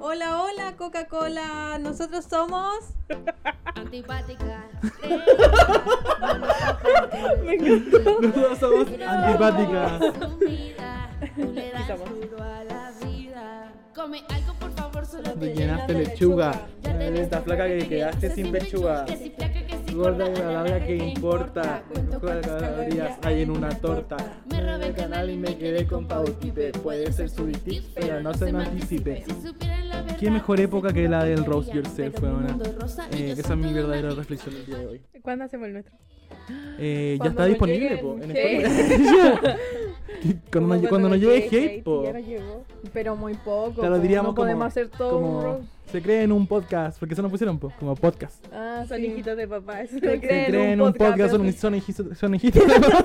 Hola, hola, Coca-Cola. Nosotros somos. Antipática. Me encantó. Nosotros somos antipáticas. Y somos. Come algo, por favor, solo Te te llenaste lechuga. Eh, Esta flaca que quedaste sin pechuga. Gorda y palabra que importa. Cuento ¿Cuántas calorías hay en una torta? Me robé el canal y me quedé con Pau y Pipe. Puede ser su tip, tip, pero no se me anticipe. ¿Qué mejor época que la del Rose Yourself, weona? Eh, esa es mi verdadera reflexión del día de hoy. ¿Cuándo hacemos el nuestro? Eh, ya Cuando está nos disponible, llegue po, el en hate. Spotify. Como Cuando, no- cuando nos llegue hate, si po. ya no llegó, pero muy poco. Claro, como diríamos no podemos como- hacer todo como un roast. se creen un podcast, porque eso nos pusieron po, como podcast. Ah, Son sí. hijitos de papá. eso. Se Se creen creen un un podcast, podcast, son, pero- son hijos- son hijitos de papá.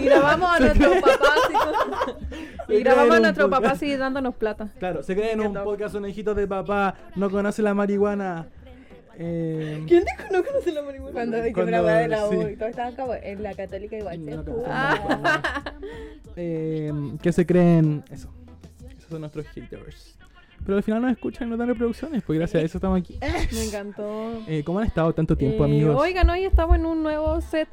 Y grabamos a nuestro papá. así como- Se Y grabamos a creen nuestro un papá podcast. así dándonos plata. Claro, se creen un Entiendo. podcast, son hijitos de papá, no conoce la marihuana. Eh, ¿Quién te conoce la marihuana? Cuando- Cuando que que Cuando- una weá de de la la U U sí. y todo estaba como en la católica igual. no conocen Ah. marihuana. Eh, ¿Qué se creen? Eso. Esos son nuestros haters. Pero al final nos escuchan y nos dan reproducciones, pues gracias a eso estamos aquí. Me encantó. Eh, ¿Cómo han estado tanto tiempo, Eh, amigos? Oigan, hoy estamos en un nuevo set.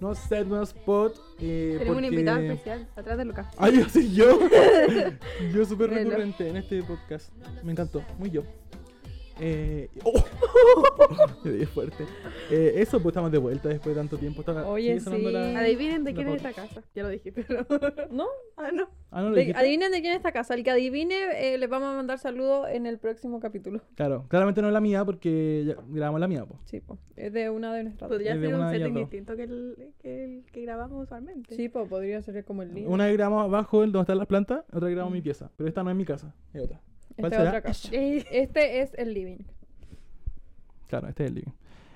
No sé, no spot. Eh, Tenemos porque... un invitado especial, atrás de Lucas. Ay, yo soy yo. yo súper Velo. recurrente en este podcast. Me encantó, muy yo. Eh, oh. Me di fuerte. Eh, eso, pues estamos de vuelta después de tanto tiempo. Está- Oye, sigue sonando sí. la- Adivinen de la quién es pauta. esta casa. Ya lo dijiste. ¿no? ¿No? ah, no. Ah, no lo De- dijiste. adivinen de quién es esta casa. El que adivine eh, les vamos a mandar saludos en el próximo capítulo. Claro, claramente no es la mía porque ya grabamos la mía, pues. po. Sí, po. Es de una de nuestras. Podría Es de ser una un de ellas setting dos. distinto que el que, el que grabamos usualmente. Sí, po, podría ser como el link. Una que grabamos abajo el donde están las plantas, otra que grabamos en mi pieza. Pero esta no es mi casa, es otra. ¿Cuál Esta es será? otra casa. Este es el living. Claro, este es el living.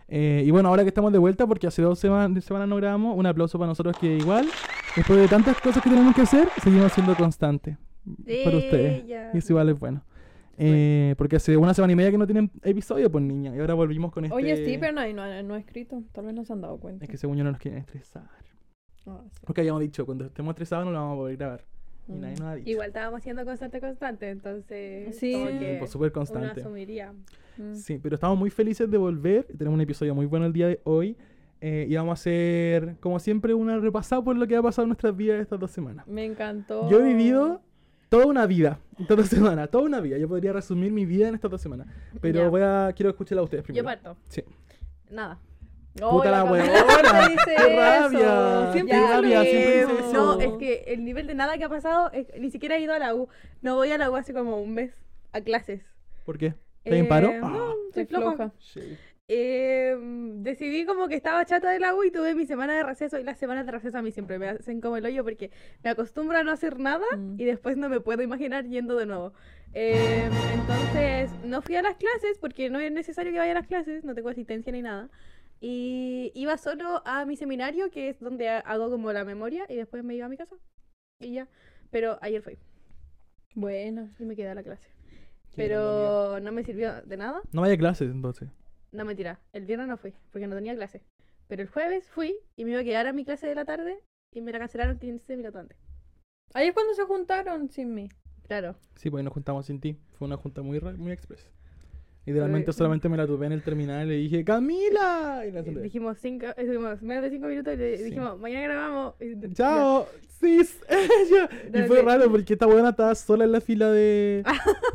Eh, y bueno, ahora que estamos de vuelta, porque hace dos semanas, semanas no grabamos, un aplauso para nosotros que igual, después de tantas cosas que tenemos que hacer, seguimos siendo constantes. Para ustedes. ya. Y eso igual es bueno. Eh, porque hace una semana y media que no tienen episodio, pues niña. Y ahora volvimos con este. Oye, sí, pero no, no, no he escrito. Tal vez no se han dado cuenta. Es que según yo no nos quieren estresar. Ah, sí. Mm. Porque habíamos dicho, cuando estemos estresados no lo vamos a poder grabar. Y nadie nos ha dicho. Igual estábamos siendo constante, constante, entonces. Sí. como Sí, que pues, súper Uno constante. asumiría. Mm. Sí, pero estamos muy felices de volver. Tenemos un episodio muy bueno el día de hoy. Eh, y vamos a hacer, como siempre, una repasada por lo que ha pasado en nuestras vidas estas dos semanas. Me encantó. Oh. Yo he vivido toda una vida, estas dos semanas, toda una vida. Yo podría resumir mi vida en estas dos semanas. Pero Ya. voy a, quiero escucharla a ustedes Yo primero. parto. Sí. Nada. No, Puta ya la acabé. huevona, Dice qué eso. rabia, Siempre qué lo rabia, siempre dice mismo. eso. eh, No, es que el nivel de nada que ha pasado, es- ni siquiera he ido a la U. No voy a la U hace como un mes a clases. ¿Por qué? ¿Te en paro? Eh, Ah, No, Estoy estoy floja. floja. shit. Eh, decidí como que estaba chata de la U y tuve mi semana de receso. Y las semanas de receso a mí siempre me hacen como el hoyo porque me acostumbro a no hacer nada Mm. Ah, y después no me puedo imaginar yendo de nuevo. Eh, entonces no fui a las clases porque no es necesario que vaya a las clases, no tengo asistencia ni nada. Y iba solo a mi seminario, que es donde ha- hago como la memoria, y después me iba a mi casa. Y ya. Pero ayer fui Bueno. y me quedé a la clase. Qué grande, Pero no me sirvió de nada. No vaya a clases entonces. No, mentira. El viernes no fui, porque no tenía clase. Pero el jueves fui y me iba a quedar a mi clase de la tarde y me la cancelaron 15 minutos antes. Ahí es cuando se juntaron sin mí. Claro. Sí, pues ahí nos juntamos sin ti. Fue una junta muy, ra- muy express. Literalmente Ay. solamente me la tuve en el terminal y le dije, ¡Camila! Y la saludé. Dijimos cinco, eh, dijimos menos de 5 minutos y le Sí. dijimos, mañana grabamos. Y- ¡Chao! ¡Sis! Ella. y fue Dale. raro porque esta buena estaba sola en la fila de,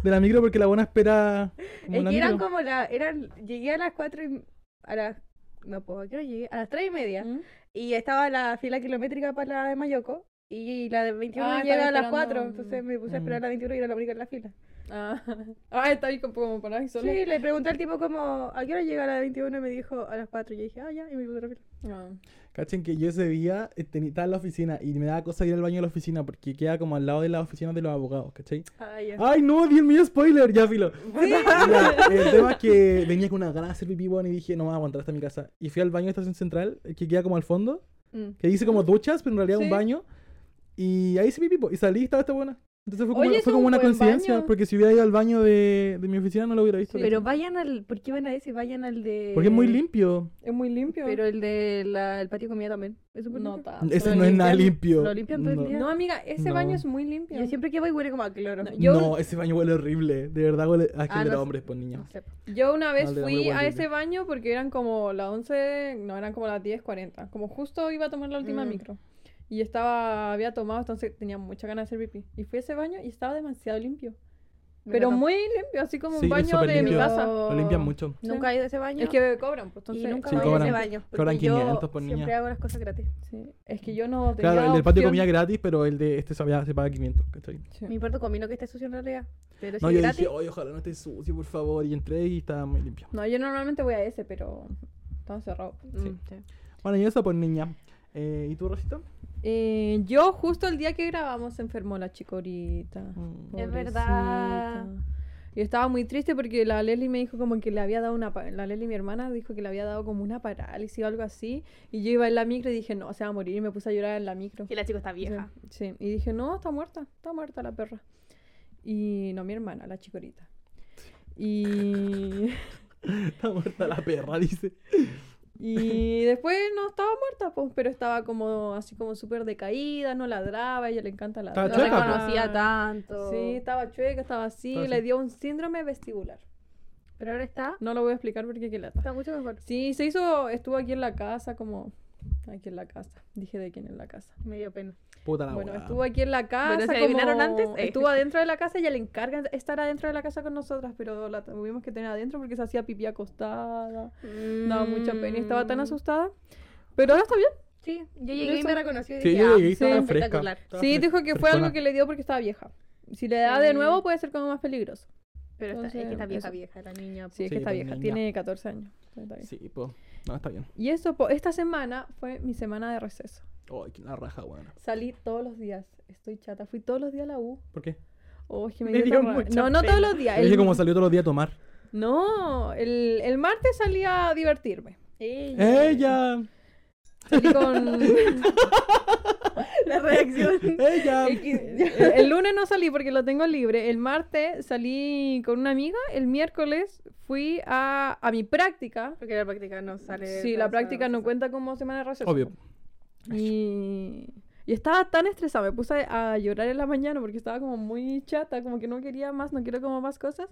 de la micro porque la buena espera como Es la que eran micro. como la. Eran, llegué a las 4 y. A las. No puedo, creo que llegué. A las 3 y media. ¿Mm? Y estaba la fila kilométrica para la de Mayoco. Y la de 21 Ah, llega estaba a las esperando. 4. Entonces me puse a esperar Mm. a la 21 y era la única en la fila. Ah, ah está ahí como- como para ahí sola. Sí, le pregunté al tipo como, ¿a qué hora llega la 21? Y me dijo a las 4. Y yo dije, ah, ya. Y me puse a la fila. Ah. Cachen que yo ese día eh, teni- estaba en la oficina y me daba cosa ir al baño de la oficina porque queda como al lado de las oficinas de los abogados, ¿cachai? Ah, ya. ¡Ay, no! ¡Dios mío, spoiler! Ya, filo. Ya, el tema es que venía con una ganas de hacer pipí, weón, y dije, no me voy a aguantar hasta mi casa. Y fui al baño de Estación Central, eh, que queda como al fondo, Mm. que dice como duchas, pero en realidad es un Sí. baño. Y ahí hice pipí, po, y salí y estaba esta buena. Entonces fue como, Oye, fue es como un una buen coincidencia, baño. porque si hubiera ido al baño de, de mi oficina no lo hubiera visto. Sí. ¿cachai? Pero vayan al. ¿Por qué van a ese? Vayan al de. porque es muy limpio. Es muy limpio. Pero el de la, el patio de comida también. Es súper no limpio. tanto. Ese lo no es nada limpian- limpio. lo limpian todo el No. día. No, amiga, ese No. baño es muy limpio. Yo siempre que voy huele como a cloro. No, Yo- No, ese baño huele horrible. De verdad huele. Ah, es que Ah, el de no los sé. hombres, pues niña. No sé. Yo una vez Mal de fui hombre, a guay, ese limpio. baño porque eran como las 11, no, eran como las 10.40. Como justo iba a tomar la última Mm. micro. Y estaba, había tomado, entonces tenía mucha ganas de hacer pipí. Y fui a ese baño y estaba demasiado limpio. Me Pero encanta. muy limpio, así como un Sí, es baño súper de mi limpio. casa. Yo Lo limpian mucho. Nunca he ido a ese baño. Es que cobran, pues entonces. y nunca Sí, voy a cobran- ese baño. porque cobran 500 yo por niña. Siempre hago las cosas gratis. Sí, Es que yo no tenía Claro, el del patio de opción. comida gratis, pero el de este sabía, se paga 500, ¿cachai? Sí. Me importa un comino que esté sucio en realidad. Pero si No, es yo gratis. dije, oye, ojalá no esté sucio, por favor. Y entré y estaba muy limpio. No, yo normalmente voy a ese, pero estaba cerrado. sí. Mm, sí. Bueno, y eso, pues niña. Eh, ¿Y tú, Rosita? Eh, yo justo el día que grabamos se enfermó la chicorita. Mm. Es verdad. Pobrecita. Y estaba muy triste porque la Leslie me dijo como que le había dado una... pa- La Leslie, mi hermana, dijo que le había dado como una parálisis o algo así. Y yo iba en la micro y dije, no, se va a morir. Y me puse a llorar en la micro. Que la chica está vieja. Sí, sí. y dije, no, está muerta, está muerta la perra. Y no mi hermana, la chicorita. Y, Está muerta la perra, dice. y después no estaba muerta, pues, pero estaba como así como súper decaída, no ladraba, a ella le encanta Estaba ladrar. No chueca, pues. reconocía tanto. Sí, estaba chueca, estaba así, Estaba le así. dio un síndrome vestibular. Pero ahora está. No lo voy a explicar porque qué lata. Está mucho mejor. Sí, se hizo, estuvo aquí en la casa, como... Aquí en la casa. Dije de quién en la casa. Me dio pena. Puta la Bueno, Ah, weá. estuvo aquí en la casa. si adivinaron como- antes, eh. Estuvo adentro de la casa y ella le encarga estar adentro de la casa con nosotras, pero la tuvimos que tener adentro porque se hacía pipí acostada. Daba mucha pena y estaba tan asustada. asustada. Pero ahora está bien. Sí, yo llegué y Eso. me reconoció y Sí, dije, yo ah, llegué y estaba sí, fresca. espectacular. Estaba sí, fres- dijo que fue frescona. algo que le dio porque estaba vieja. Si le da de Sí. nuevo puede ser como más peligroso. Pero está, es Entonces, que está vieja, eso. vieja la niña. Sí, es que Sí, está pues, vieja. niña. Tiene 14 años. Entonces está bien. Sí, pues. No, está bien. Y eso, po, esta semana fue mi semana de receso. Ay, qué la raja, weón. Salí todos los días. Estoy chata. Fui todos los días a la U. ¿Por qué? Oh, es que me Me dio dio tan ra- mucha No, no todos pena. los días. Yo dije El- como salió todos los días a tomar. No, el, el martes salí a divertirme. Ella. ¡Ella! Salí con... La reacción. ¡Ella! el, el lunes no salí porque lo tengo libre. El martes salí con una amiga. El miércoles fui a, a mi práctica. Porque la práctica no sale. Sí, la práctica no cuenta como semana de receso. Obvio. Y, y estaba tan estresada, me puse a llorar en la mañana porque estaba como muy chata, como que no quería más, no quiero como más cosas.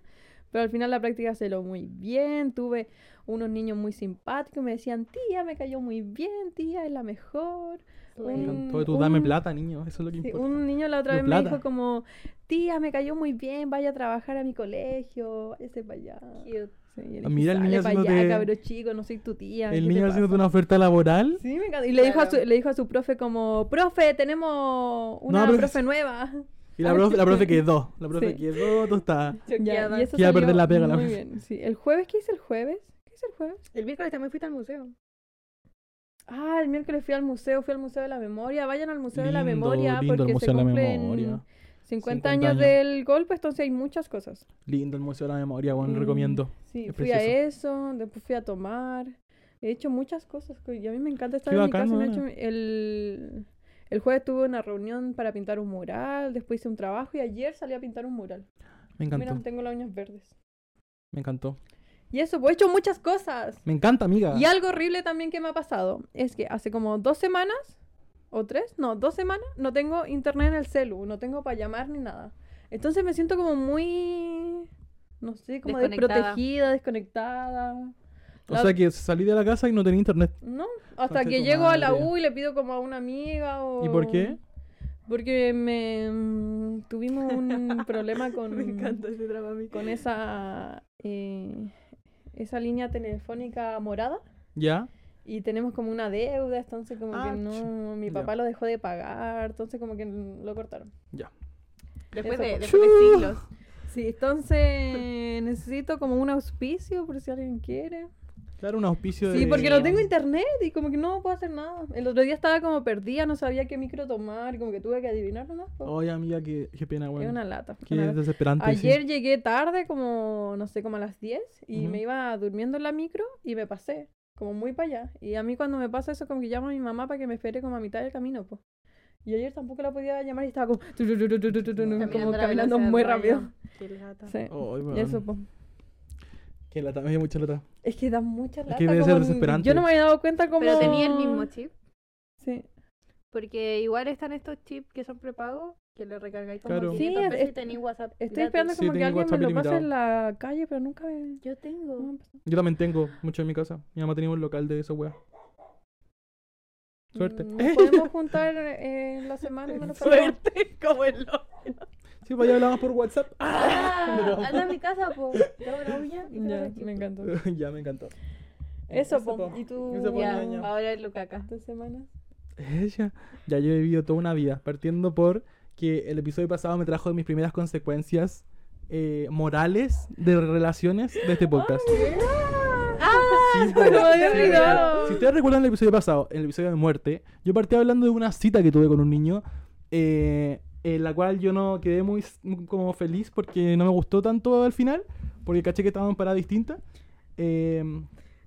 Pero al final la práctica se lo muy bien, tuve unos niños muy simpáticos, me decían, tía, me cayó muy bien, tía, es la mejor. Me Un- Todo tú dame un- plata, niño. Eso es lo que sí, importa. un niño la otra Lo vez me plata. dijo como, tía, me cayó muy bien, vaya a trabajar a mi colegio, váyase para allá. Sí, yo le Ah, dije, mira, el niño "Sale pa' allá, haciéndote- cabro chico, no soy tu tía. ¿qué El te niño haciéndote pasa?". una oferta laboral. Sí, me encanta. Y le, dijo a su, Claro. le dijo a su profe como, profe, tenemos una No, pero- profe nueva. Y la profe, la profe quedó. La profe Sí. quedó, tú estás. Ya, y eso Quiera salió perder la pega, la Muy profe. bien, sí. ¿El jueves qué hice el jueves? ¿Qué hice el jueves? El miércoles también fuiste al museo. Ah, el miércoles fui al museo, fui al Museo de la Memoria. Vayan al Museo de la Lindo, Memoria lindo el porque se Museo de la cumplen Memoria. 50, 50 años, años. del golpe, entonces hay muchas cosas. Lindo el Museo de la Memoria, weón. Mm, Lo recomiendo. Sí, Es fui a eso, después fui a tomar. He hecho muchas cosas que- y a mí me encanta estar Qué en bacán, mi casa. y no he Ana. hecho- el, el jueves tuve una reunión para pintar un mural, después hice un trabajo y ayer salí a pintar un mural. Me encantó. Mira, tengo las uñas verdes. Me encantó. Y eso, pues he hecho muchas cosas. Me encanta, amiga. Y algo horrible también que me ha pasado es que hace como dos semanas, o tres, no, dos semanas, no tengo internet en el celu, no tengo para llamar ni nada. Entonces me siento como muy, no sé, como Desconectada. desprotegida, desconectada. O sea que salí de la casa y no tenía internet. No, hasta Conche que tu llego a la madre. U y le pido como a una amiga o... ¿Y por qué? Porque me mm, tuvimos un problema con... Me encanta ese drama a mí. con esa eh, esa línea telefónica morada ¿Ya? y tenemos como una deuda, entonces como Ah, que no, mi ya. papá lo dejó de pagar, entonces como que lo cortaron. Ya. Después Eso, de, pues. después de siglos. Sí, entonces necesito como un auspicio por si alguien quiere. Claro, un auspicio de. Sí, porque no tengo internet y como que no puedo hacer nada. El otro día estaba como perdida, no sabía qué micro tomar, como que tuve que adivinar nomás. po. Oye, amiga, qué, qué pena, Es weón. una lata. Oh, Qué una lata. desesperante. sí. Ayer llegué tarde, como no sé, como a las 10 y Ujú. me iba durmiendo en la micro y me pasé, como muy para allá. Y a mí cuando me pasa eso, como que llamo a mi mamá para que me espere como a mitad del camino, pues. Y ayer tampoco la podía llamar y estaba como, como a la caminando velocidad muy del rayo. rápido. Qué lata. Sí. Ay, Y eso, weón. po. Qué lata, me dio mucha lata. Es que da mucha lata. debe ser como- desesperante. Yo no me había dado cuenta como... Pero tenía el mismo chip. Sí. Porque igual están estos chips que son prepago, que le recargáis como Claro. claro. Sí, 500 pesos es- y tenéis WhatsApp Estoy gratis. esperando Sí, como que tenía alguien WhatsApp me lo pase en ilimitado. la calle, pero nunca me... Yo tengo. no, pues, Yo también tengo mucho en mi casa. Mi mamá tenía un local de esa weá. Suerte. Nos podemos juntar eh, en la semana. no nos podemos- Suerte, como el loco. Sí, pues ya hablábamos por WhatsApp. Ah, anda a mi casa, po. Te hago la uña y te Ya, hago el chip. me encantó. ya me encantó. Eso, Eso, po. po. ¿Y tú? Eso, po, Ya, ñaña. ahora es Lucaca. ¿Dos semanas? Ella. Ya yo he vivido toda una vida, partiendo por que el episodio pasado me trajo mis primeras consecuencias eh, morales de relaciones de este podcast. ¡Ah! Sí, se me po. había Sí, olvidado. Si ustedes recuerdan el episodio pasado, en el episodio de muerte, yo partí hablando de una cita que tuve con un niño, eh, en la cual yo no quedé muy s- m- como feliz porque no me gustó tanto al final, porque caché que estábamos en parada distinta. eh,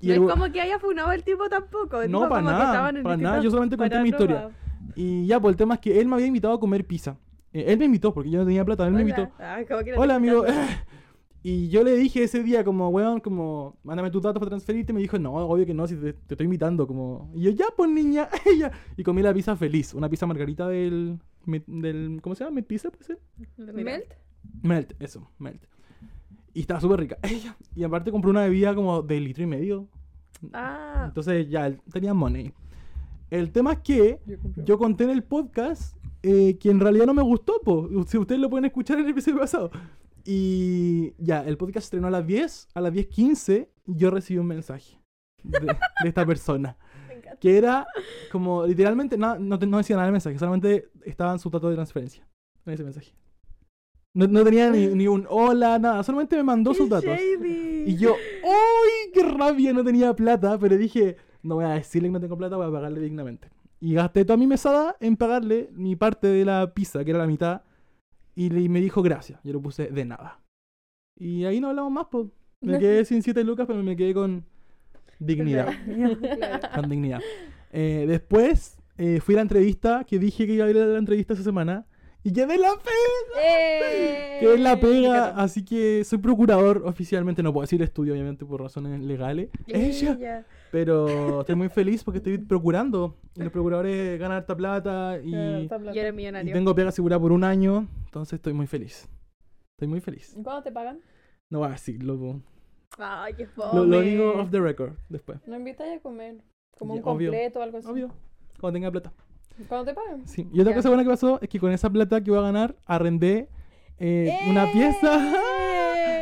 y No el es we- como que haya funado el tipo tampoco. el No, tipo pa' como que nada, estaban en pa' nada, distintas yo solamente conté mi paradas historia. nomás. y ya, pues el tema es que él me había invitado a comer pizza. Eh, él me invitó, porque yo no tenía plata, él me Hola. invitó. Ah, como que no te Hola, amigo. escuchaste. Y yo le dije ese día, como, weón, como, mándame tus datos para transferirte. Y me dijo, no, obvio que no, si te, te estoy invitando. Como, y yo, ya, pues niña, ella. Y comí la pizza feliz, una pizza margarita del. me- del ¿Cómo se llama? ¿Melt pizza? ¿Puede ser? Mira. ¿Melt? Melt, eso, melt. Y estaba súper rica. Ella. Y aparte compré una bebida como de litro y medio. Ah, Entonces ya, él tenía money. El tema es que Yo compré. yo conté en el podcast eh, que en realidad no me gustó, po. Si ustedes lo pueden escuchar en el episodio pasado. Y ya, el podcast se estrenó a las 10, a las 10.15 yo recibí un mensaje de, de esta persona. Que era como, literalmente, na- no, te- no decía nada el mensaje, solamente estaban su datos de transferencia en ese mensaje. No, no tenía ni, ni un hola, nada, solamente me mandó sus datos. Y yo, ¡uy! ¡Qué rabia! No tenía plata, pero dije, no voy a decirle que no tengo plata, voy a pagarle dignamente. Y gasté toda mi mesada en pagarle mi parte de la pizza, que era la mitad, y le- y me dijo gracias. Yo le puse de nada. Y ahí no hablamos más, pues. Me quedé sin 7 lucas, pero me quedé con dignidad. claro. Con dignidad. Eh, después eh, fui a la entrevista, que dije que iba a ir a la entrevista esa semana, y quedé la pega. Que es Eh, la pega, así que soy procurador oficialmente, no puedo decir estudio obviamente por razones legales. Eh. Ella. Ella. Pero estoy muy feliz porque estoy procurando. Y los procuradores ganan harta plata y, Y y eres millonario. tengo pega asegurada por un año, entonces estoy muy feliz. Estoy muy feliz. ¿Y cuándo te pagan? No va a decir, lo, Ay, qué lo, fome. lo digo off the record después. Nos invitáis a comer. Como Ya, un obvio, completo o algo así. Obvio, cuando tenga plata. ¿Cuándo te pagan? Sí. Y otra Ya. cosa buena que pasó es que con esa plata que voy a ganar, arrendé eh, una pieza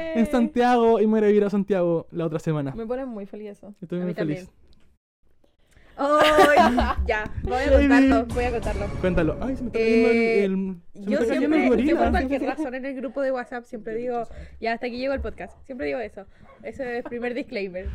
en Santiago y me voy a ir a Santiago la otra semana. Me pone muy feliz eso. Estoy A muy mí feliz. también. Ay, ya, voy a contarlo, voy a contarlo. Cuéntalo. Ay, se me está Eh, cayendo el, el- se me Yo está cayendo siempre, el yo por gorila. cualquier razón en el grupo de WhatsApp siempre digo, ya hasta aquí llegó el podcast, siempre digo eso. Eso es primer disclaimer.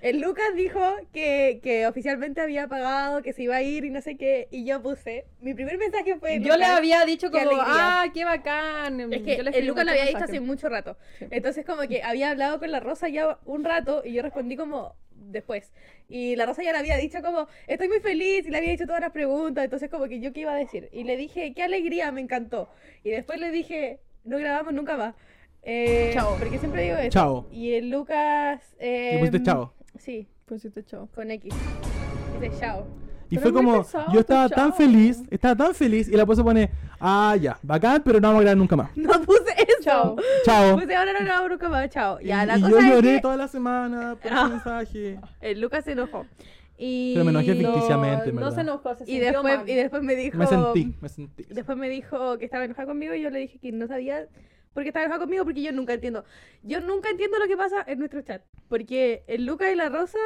El Lucas dijo que, que oficialmente había pagado, que se iba a ir y no sé qué, y yo puse, mi primer mensaje fue... Yo le Lucas, había dicho qué como, alegría. ah, Pues, qué bacán. Es que Yo le el escribí Lucas muchos lo había dicho mensajes. hace mucho rato. Sí. Entonces como que había hablado con la Rosa ya un rato y yo respondí como después. Y la Rosa ya le había dicho como, estoy muy feliz y le había hecho todas las preguntas. Entonces como que yo qué iba a decir. Y le dije, qué alegría, me encantó. Y después le dije, no grabamos nunca más. Eh, Chao. Porque siempre digo eso. Chao. Y el Lucas... Y pusiste em, chao. Sí, Pusiste chao. con X. Dice chao. Y Pero fue es muy como, pesado, yo estaba tu tan chavo. feliz, estaba tan feliz, y la esposa pone, ah, ya, bacán, pero no vamos a grabar nunca más. No puse eso. Chao. Chao. Puse ahora no grabamos nunca más. Chao. Pues, Ya, y la y cosa yo es lloré que- toda la semana por Ah. ese mensaje. El Lucas se enojó. Y, Pero me enojé y ficticio. Ficticiamente, en no, no verdad. se enojó, se sintió después, mal. y después me dijo. Me sentí, me sentí. Después me dijo que estaba enojada conmigo y yo le dije que no sabía por qué estaba enojada conmigo porque yo nunca entiendo. Yo nunca entiendo lo que pasa en nuestro chat. Porque el Lucas y la Rosa,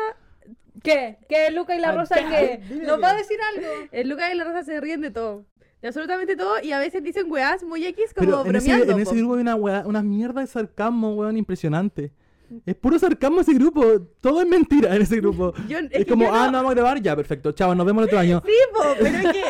¿Qué? ¿Qué, Luca y la Ah, Rosa? ya, ¿Qué? dile ¿Nos que- va a decir algo? el Lucas y la Rosa se ríen de todo. De absolutamente todo y a veces dicen weás muy X como Pero en ese, bromeando. en po. ese grupo hay una, weá- una mierda de sarcasmo, weón, impresionante. Es puro sarcasmo ese grupo. Todo es mentira en ese grupo. Yo- es es que como, yo ah, no- no vamos a grabar, ya, perfecto. Chao, nos vemos el otro año. Sí, po, pero es que.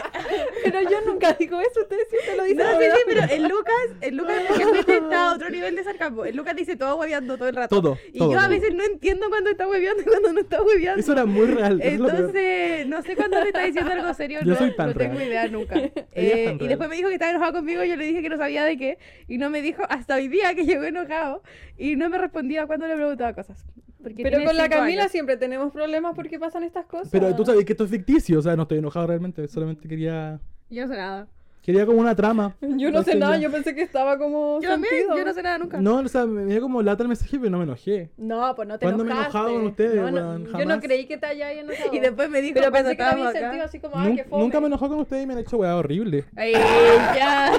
Pero yo nunca digo eso, ustedes siempre lo dicen. No, sí, ahora. sí, pero el Lucas, el Lucas porque realmente está a otro nivel de sarcasmo. El Lucas dice todo hueveando todo el rato. Todo, Y todo. yo a veces no entiendo cuando está hueveando y cuando no está hueveando. Eso era muy real. eso es lo peor. Entonces, no sé cuándo le está diciendo algo serio, Yo no, soy tan no tengo real. idea nunca. es Eh, tan y real. después me dijo que estaba enojado conmigo, yo le dije que no sabía de qué, y no me dijo hasta hoy día que llegó enojado, y no me respondía cuando le preguntaba cosas. Porque Pero tiene con la cinco Camila años. siempre tenemos problemas porque pasan estas cosas. Pero tú sabes que esto es ficticio, o sea, no estoy enojado realmente, solamente quería Yo no sé nada. quería como una trama. Yo no sé Entonces nada, ya- yo pensé que estaba como Yo también, sentido. yo no sé nada nunca. No, o sea, me dio como lata el mensaje, pero no me enojé. No, pues no te ¿Cuándo me he enojado enojaste. con ustedes, No, no, weón? Yo no Jamás. creí que te hayáis enojado. Y después me dijo Pero cuando pensé que lo había estábamos acá. sentido así como, ah, Nun- qué fome. nunca me enojó con ustedes y me han hecho weá horrible. Ella.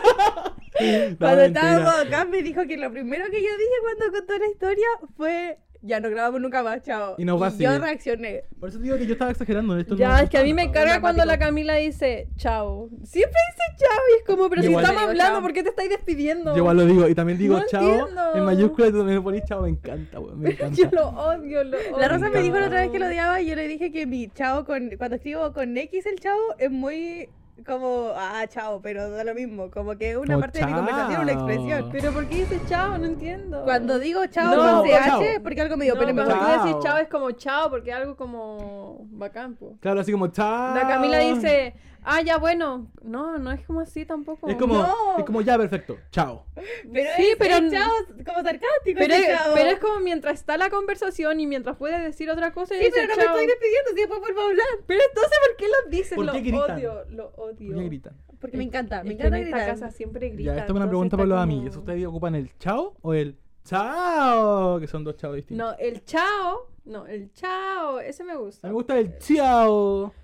Cuando mentira. estábamos acá me dijo que lo primero que yo dije cuando contó la historia fue ya no grabamos nunca más, chao. Y nos va así. yo reaccioné. Por eso te digo que yo estaba exagerando. Esto Ya, no- es que a mí me no- carga dramático. cuando la Camila dice chao. Siempre dice chao y es como, pero si Igual. estamos Yo digo hablando, chao. ¿por qué te estáis despidiendo? Yo igual lo digo, y también digo No chao entiendo. en mayúscula y también me ponís chao, me encanta, weón, me encanta. Yo lo odio, lo odio. La Rosa me dijo la otra vez que lo diga odiaba y yo le dije que mi chao con cuando escribo con X el chao es muy como ah chao, pero da lo mismo, como que es una Como parte de mi conversación, una expresión. Oh, chao. Pero ¿por qué dice chao? No entiendo. Cuando digo chao No, con CH chao. es porque algo me dio no, pena. pero me tú voy. Chao. decís chao es como chao porque algo como bacán, po. Claro, así como chao. La Camila dice, ah, ya bueno. No, no es como así tampoco. Es como, No. es como ya, perfecto, chao. Pero Sí, es, pero- es chao como sarcástico Pero, ese es- chao. pero es como mientras está la conversación y mientras puedes decir otra cosa y Sí, dice pero no me chao. estoy despidiendo, si después vuelvo a hablar. Pero entonces, ¿por qué lo dices? ¿Por lo qué gritan? odio, lo ¿Por odio. qué gritan? Porque me encanta, me Es que encanta en esta gritar. casa siempre gritan. Ya, esta es una entonces pregunta está para los como- amigos. ¿Ustedes ocupan el chao o el chao? Que son dos chavos distintos. No, el chao. No, el chao. Ese me A gusta. mí me gusta el chao.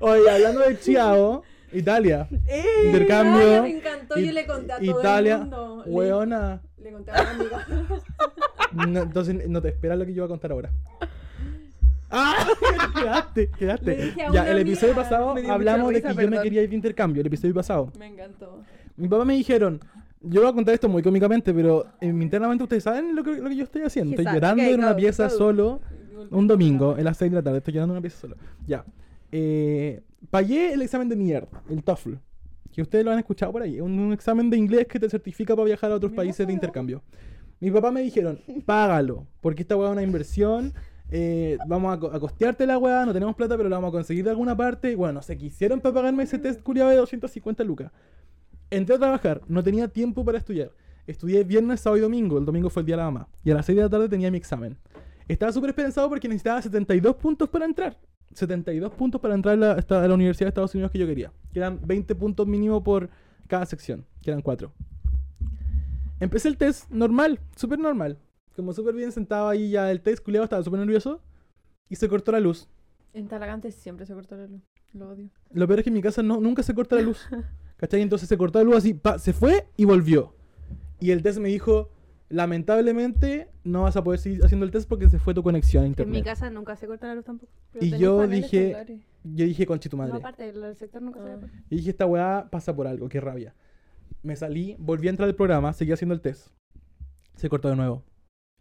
Oye, hablando de chao, Italia. Eh, Intercambio. Italia me encantó, yo le conté a todo el Italia, mundo. Le- weona. Le contaba a una amiga. No, entonces no te esperas lo que yo voy a contar ahora. ¡Ah! quedaste, quedaste. Le dije a ya, una el episodio amiga. pasado Me dio mucha hablamos de que risa, yo me perdón. quería ir de intercambio, el episodio pasado. Me encantó. Mi papá me dijeron, yo voy a contar esto muy cómicamente, pero eh, internamente ustedes saben lo que, lo que yo estoy haciendo. Sí, Estoy sabe. llorando Ok, en una go, pieza go. solo, un domingo, en las 6 de la tarde, estoy llorando en una pieza solo. Ya. Eh, pagué el examen de mierda, el TOEFL, que ustedes lo han escuchado por ahí. Un, un examen de inglés que te certifica para viajar a otros países de intercambio. Mi papá me dijeron, págalo, porque esta weá es una inversión. eh, vamos a, co- a costearte la weá, no tenemos plata, pero la vamos a conseguir de alguna parte. Bueno, no sé, quisieron para pagarme ese test culiado de 250 lucas. Entré a trabajar, no tenía tiempo para estudiar. Estudié viernes, sábado y domingo. El domingo fue el día de la mamá. Y a las 6 de la tarde tenía mi examen. Estaba súper esperanzado porque necesitaba 72 puntos para entrar. 72 puntos para entrar a la, esta- a la Universidad de Estados Unidos que yo quería. Que eran 20 puntos mínimo por cada sección, que eran 4. Empecé el test normal, súper normal. Como súper bien sentado ahí ya el test, culiado, estaba súper nervioso. Y se cortó la luz. En Talagante siempre se cortó la luz. Lo odio. Lo peor es que en mi casa no, nunca se corta la luz. ¿Cachai? Entonces se cortó la luz así, pa, se fue y volvió. Y el test me dijo, lamentablemente no vas a poder seguir haciendo el test porque se fue tu conexión a En mi internet. casa nunca se corta la luz tampoco. Pero Y tenés yo paneles dije- solares. Yo dije, conche tu madre. No, aparte, el sector nunca se Ah. corta. y dije, esta weá pasa por algo, qué rabia. Me salí, volví a entrar al programa, seguí haciendo el test. Se cortó de nuevo.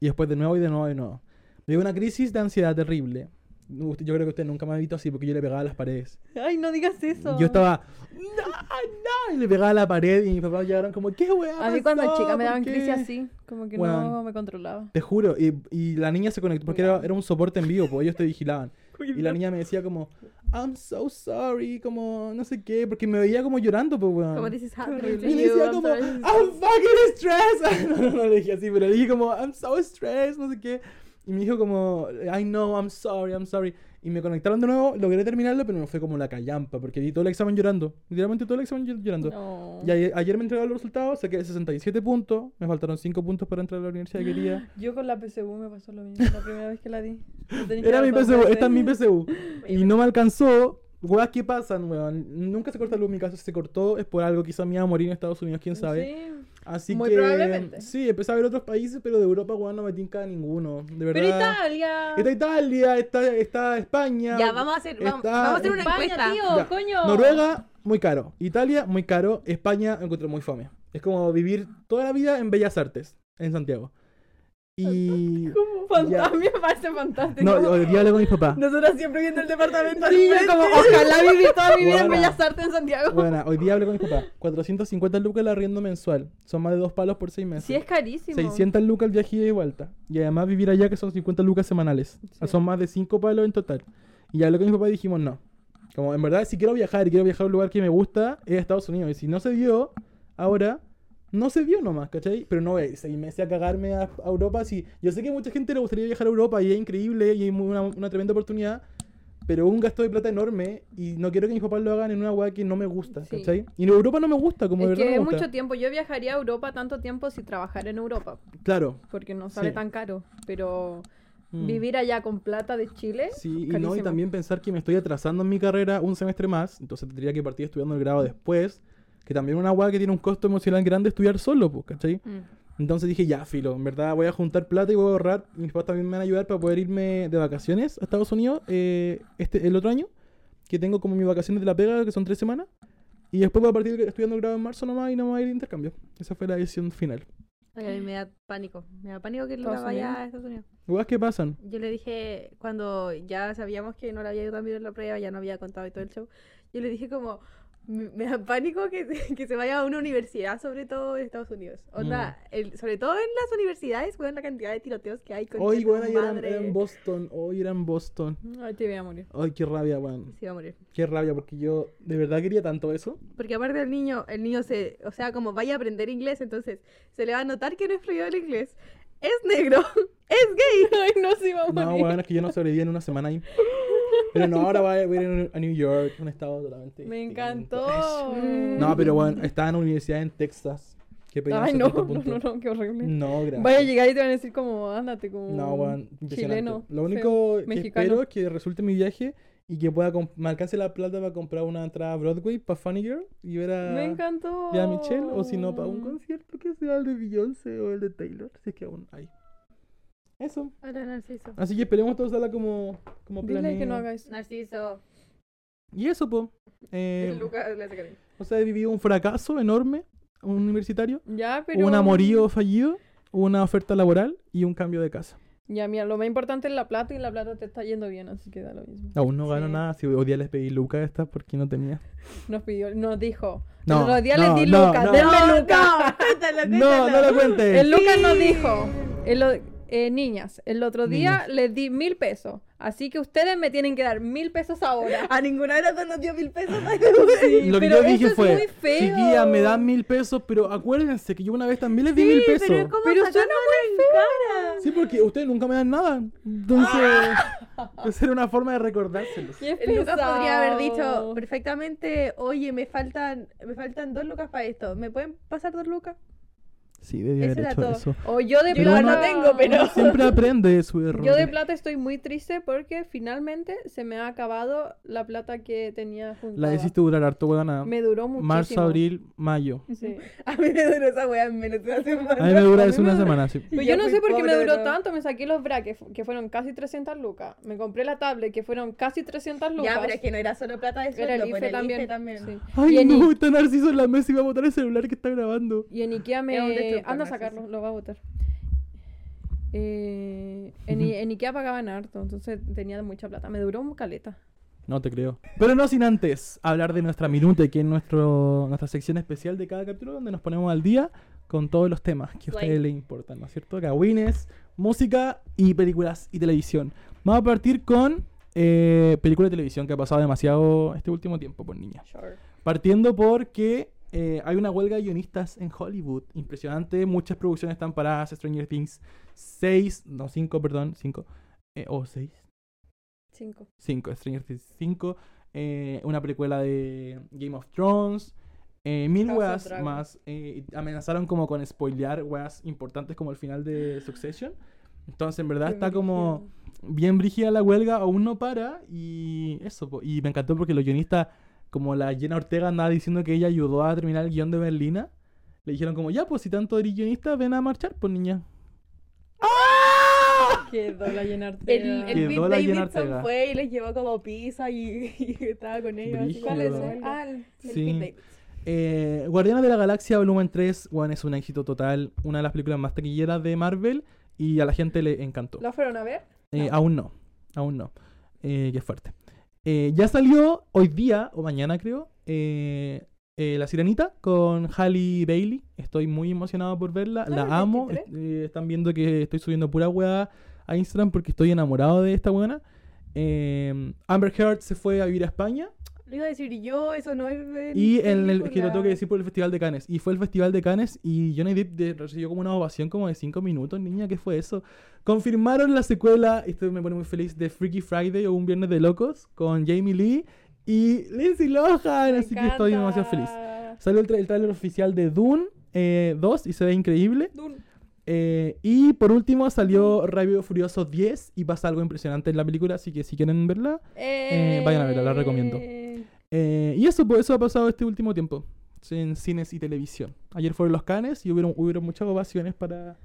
Y después de nuevo y de nuevo y de nuevo. Me dio una crisis de ansiedad terrible. Usted- Yo creo que usted nunca me ha visto así porque yo le pegaba a las paredes. Ay, no digas eso. Yo estaba, no, no, y le pegaba a la pared y mis papás llegaron como, ¿qué weá? A mí cuando pasó? chica me ¿Por daban qué?". crisis así, como que no Weón. me controlaba. Te juro, y, y la niña se conectó porque era, era un soporte en vivo, porque ellos te vigilaban. Y la niña me decía como, I'm so sorry, como, no sé qué, porque me veía como llorando, pues, weón. Como dices, ah, horrible. Y le decía como, "Ah, I'm fucking stressed. Ah, No, no, no le dije así, pero le dije como, I'm so stressed, no sé qué. Y me dijo como, I know, I'm sorry, I'm sorry. Y me conectaron de nuevo, logré terminarlo, pero me fue como la callampa, porque di todo el examen llorando. Literalmente todo el examen llor- llorando. No. Y ayer, ayer me entregaron los resultados, saqué 67 puntos, me faltaron 5 puntos para entrar a la universidad que quería. Yo con la PSU me pasó lo mismo, la primera vez que la di. Lo tenés que Era dar mi dos PSU, veces. esta es mi PSU. Y no me alcanzó. Weas, ¿qué pasan, weón? Nunca se corta la luz en mi casa. Si se cortó, es por algo. Quizá me iba a morir en Estados Unidos, quién sabe. Sí. Así muy que. probablemente. Sí, empecé a ver otros países, pero de Europa, weón, no me tinca a ninguno. De verdad. Pero Italia. Está Italia, está, está España. Ya, vamos a hacer, vamos, Está- vamos a hacer una España, encuesta. tío, Ya. coño. Noruega, muy caro. Italia, muy caro. España, encuentro muy fome. Es como vivir toda la vida en Bellas Artes, en Santiago. Y... Como fantasma, me parece fantástico. No, hoy día hablé con mis papás. Nosotras siempre viendo el departamento. Sí, yo como, ojalá viví toda mi vida en Buena. Bellas Artes en Santiago. Bueno, hoy día hablé con mis papás. 450 lucas el arriendo mensual. Son más de dos palos por seis meses. Sí, es carísimo. 600 lucas el viaje ida y vuelta. Y además vivir allá que son 50 lucas semanales. O sea, Sí. Son más de 5 palos en total. Y ya lo que mi papá dijimos, no. Como en verdad, si quiero viajar y quiero viajar a un lugar que me gusta, es a Estados Unidos. Y si no se dio, ahora, no se dio nomás, ¿cachai? Pero no voy a ir seis meses a cagarme a, a Europa. Si, yo sé que a mucha gente le gustaría viajar a Europa y es increíble y es muy- una, una tremenda oportunidad. Pero un gasto de plata enorme y no quiero que mis papás lo hagan en una weá que no me gusta, Sí. ¿cachai? Y en Europa no me gusta, como de es verdad. que no es me gusta. mucho tiempo. Yo viajaría a Europa tanto tiempo si trabajara en Europa, Claro. porque no sale Sí. tan caro. Pero Mm. vivir allá con plata de Chile, Sí, y no, y carísimo. también pensar que me estoy atrasando en mi carrera un semestre más, entonces tendría que partir estudiando el grado después, que también una weá que tiene un costo emocional grande estudiar solo, pues, ¿cachai? Mm. Entonces dije, ya, filo, en verdad voy a juntar plata y voy a ahorrar, mis papás también me van a ayudar para poder irme de vacaciones a Estados Unidos eh, este, el otro año, que tengo como mis vacaciones de la pega, que son tres semanas, y después voy a partir estudiando el grado en marzo nomás y no me voy a ir de intercambio. Esa fue la decisión final. Ay, a mí me da pánico. Me da pánico que Luca Estados vaya Unidos. a Estados Unidos. Weas que pasan. Yo le dije, cuando ya sabíamos que no le había ido tan bien en la prueba, ya no había contado y todo el show, yo le dije como, me me da pánico que, que se vaya a una universidad, sobre todo en Estados Unidos. Onda, Mm. el- sobre todo en las universidades, weón, la cantidad de tiroteos que hay con Hoy, weón, ayer era, era en Boston, hoy era en Boston. Ay, te voy a morir. Ay, qué rabia, weón. Se iba a morir. Qué rabia, porque yo de verdad quería tanto eso. Porque aparte el niño, el niño se, o sea, como vaya a aprender inglés, entonces se le va a notar que no es fluido el inglés. Es negro, es gay. Ay, no, se iba a morir. No, bueno, es que yo no sobreviví en una semana ahí. Pero no, ahora voy a ir a New York, un estado totalmente. Me distinto. encantó. No, pero bueno, estaba en una universidad en Texas. Qué pena. Ay, hasta no, cierto no, punto. no, no, qué horrible. No, gracias. Vaya a llegar y te van a decir como, ándate, como No, bueno, chileno. feo, Lo único que mexicano. espero es que resulte mi viaje y que pueda comp- me alcance la plata para comprar una entrada a Broadway para Funny Girl y ver a, Me encantó. ver a Michelle, o si no, para un concierto que sea el de Beyoncé o el de Taylor, si es que aún hay. Eso. Hola, Narciso. Así que esperemos todos usarla como, como Dile que no planeado. haga eso. Narciso. Y eso, po. Eh, Lucas, le hace cariño. o sea, he vivido un fracaso enorme un universitario, Ya, pero. un amorío fallido, una oferta laboral y un cambio de casa. Ya, mira, lo más importante es la plata y la plata te está yendo bien, así que da lo mismo. Aún no gano Sí. nada. Si hoy día les pedí Luca esta porque no tenía. Nos pidió, nos dijo. No, el otro día no, les di no, Lucas, no. denme No, Lucas. no, cuéntalo, No, no cuéntalo. lo cuentes. El Lucas nos Sí. dijo. el o- eh, niñas, el otro día les di mil pesos. Así que ustedes me tienen que dar mil pesos ahora. A ninguna de las dos nos dio mil pesos. Lo que pero yo dije eso es fue, muy feo. chiquilla, me dan mil pesos, pero acuérdense que yo una vez también les di mil pesos. Pero es como Pero sacándole en cara. Sí, porque ustedes nunca me dan nada. Entonces, esa era una forma de recordárselos. Qué El Lucas pesado. podría haber dicho perfectamente, oye, me faltan, me faltan dos lucas para esto. ¿Me pueden pasar dos lucas? Sí, debía Eso haber era hecho todo. eso. O yo de Yo plata. no tengo, pero- Siempre aprende de su error. Yo de plata estoy muy triste porque finalmente se me ha acabado la plata que tenía juntada. La hiciste durar harto, weón. Me duró muchísimo. Marzo, abril, mayo. Sí. A mí me duró esa weá menos de una semana. A mí me dura eso me una duró- semana, sí. Y Pero yo Pues yo no fui sé por qué me pobre, duró bro. tanto. Me saqué los bra, que, fu- que fueron casi 300 lucas. Me compré la tablet, que fueron casi 300 lucas. Ya, pero es que no era solo plata de sueldo, Era el pues, IFE también. IFE también. Sí. y, Ay, en no, I- está Narciso en la mesa y va a botar el celular que está grabando. y en Ikea Era un me... destructor, Anda a Narciso. sacarlo, lo va a botar. Eh, en, I- en Ikea pagaban harto, entonces tenía mucha plata. Me duró un caleta. No te creo. Pero no sin antes hablar de nuestra minuta, que es nuestro, nuestra sección especial de cada capítulo, donde nos ponemos al día con todos los temas que a ustedes Guay. les importan, ¿no es cierto? Cagüines, música y películas y televisión. Vamos a partir con eh, película y televisión que ha pasado demasiado este último tiempo, por niña. Partiendo porque eh, hay una huelga de guionistas en Hollywood. Impresionante. Muchas producciones están paradas. Stranger Things 6, no 5, perdón, 5. o 6. Cinco. 5, Stranger Things 5. eh, una precuela de Game of Thrones. eh, mil House of weas Dragon. más. eh, y amenazaron como con spoilear weas importantes como el final de Succession. Entonces, en verdad, Qué está brígido. como bien brígida la huelga, aún no para y eso. po. Y me encantó porque los guionistas, como la Jenna Ortega andaba diciendo que ella ayudó a terminar el guión de Berlina, le dijeron como, ya, pues si tanto eres guionista, ven a marchar, pues niña. Quedó la llenarte. El, el Quedó Pete la Jenna Ortega. Davidson fue y les llevó como pizza y, y estaba con ellos. así Brígido. como ¿Cuál es? algo. Ah, el- El Sí. Pete Davidson. Eh, Guardianes de la Galaxia Volumen 3, weón, es un éxito total. Una de las películas más taquilleras de Marvel y a la gente le encantó. ¿La fueron a ver? Eh, Aún no, aún no. Eh, qué fuerte. Eh, ya salió hoy día, o mañana creo, eh, eh, La Sirenita con Halle Bailey. Estoy muy emocionado por verla, ¿Sale el la amo. 23? Eh, están viendo que estoy subiendo pura weá a Instagram porque estoy enamorado de esta buena. Amber Heard se fue a vivir a España Lo iba a decir yo, eso no es. ver y en el, que lo película. tengo que decir por el Festival de Cannes. Y fue el Festival de Cannes y Johnny Depp de- recibió como una ovación como de 5 minutos, niña, ¿qué fue eso? Confirmaron la secuela, esto me pone muy feliz, de Freaky Friday o Un Viernes de Locos con Jamie Lee y Lindsay Lohan, Me así que estoy demasiado feliz. encanta. Salió el, tra- el tráiler oficial de Dune eh, 2 y se ve increíble. Dun. Eh, y por último salió Rápido y Furioso 10 y pasa algo impresionante en la película, así que si quieren verla, Eh, vayan a verla, la recomiendo. Eh, Eh, y eso, pues, eso ha pasado este último tiempo en cines y televisión. Ayer fueron los canes y hubieron, hubieron muchas ovaciones para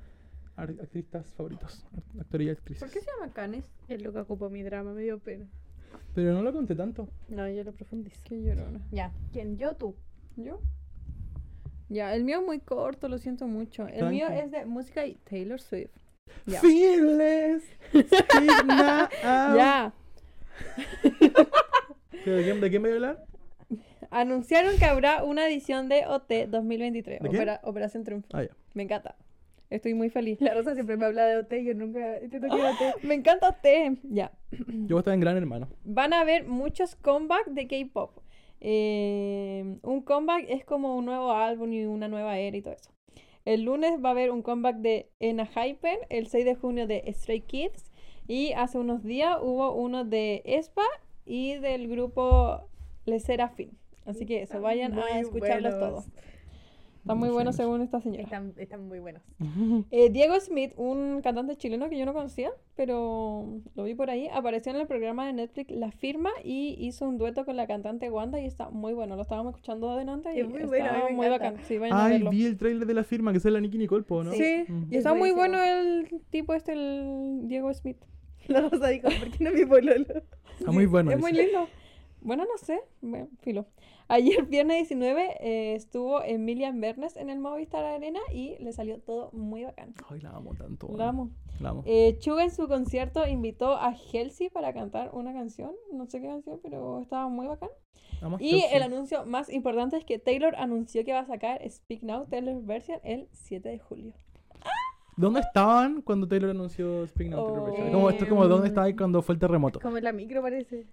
ar- artistas favoritos, act- actores y ¿Por qué actrices. se llama Canes? Es lo que ocupó mi drama, me dio pena. Pero no lo conté tanto. No, yo lo profundizo. Qué llorona. Ya. ¿Quién? Yo, tú. ¿Yo? Ya, el mío es muy corto, lo siento mucho. El mío Tranqui. es de música y Taylor Swift. Ya. Fearless, stick now. Ya. ¿Pero ¿De quién, de quién voy a hablar? Anunciaron que habrá una edición de OT 2023. ¿De quién? Opera- Operación Triunfo. Ah, ya. Me encanta. Estoy muy feliz. La Rosa siempre me habla de OT y yo nunca intento que OT. Me encanta OT. Ya. Yo estaba en Gran Hermano. Van a haber muchos comebacks de K-pop. Eh, un comeback es como un nuevo álbum y una nueva era y todo eso. El lunes va a haber un comeback de Ena Hypen, el 6 de junio de Stray Kids y hace unos días hubo uno de Espa y del grupo Le Serafin. Así que eso, vayan Muy a escucharlos buenos. todos. Están muy Muy buenos buenos. según esta señora. Están, están muy buenos. Eh, Diego Smith, un cantante chileno que yo no conocía, pero lo vi por ahí, apareció en el programa de Netflix La Firma y hizo un dueto con la cantante Wanda y está muy bueno. Lo estábamos escuchando adelante y Es muy bueno, a mí está me muy encanta. bacán. Sí, vayan a Ay, verlo. vi el tráiler de la firma que sale la Nicky Nicole, po, ¿no? Sí, Mm. y Es está muy buenísimo. bueno el tipo este, el Diego Smith. La Rosa dijo, ¿por qué no mi pololo? Está muy bueno. Es muy dice. lindo. Bueno, no sé, bueno, filo. Ayer, viernes 19, eh, estuvo Emilia Bernes en el Movistar Arena y le salió todo muy bacán. Ay, la amo tanto. Lo weón. amo. La amo. Eh, Chuga en su concierto invitó a Halsey para cantar una canción, no sé qué canción, pero estaba muy bacán. Amo a Y Halsey. el anuncio más importante es que Taylor anunció que va a sacar Speak Now Taylor Version el 7 de julio. ¿Dónde estaban cuando Taylor anunció Speak Now? Taylor Version? Oh. Como, esto es como ¿dónde estabas cuando fue el terremoto? Como en la micro parece.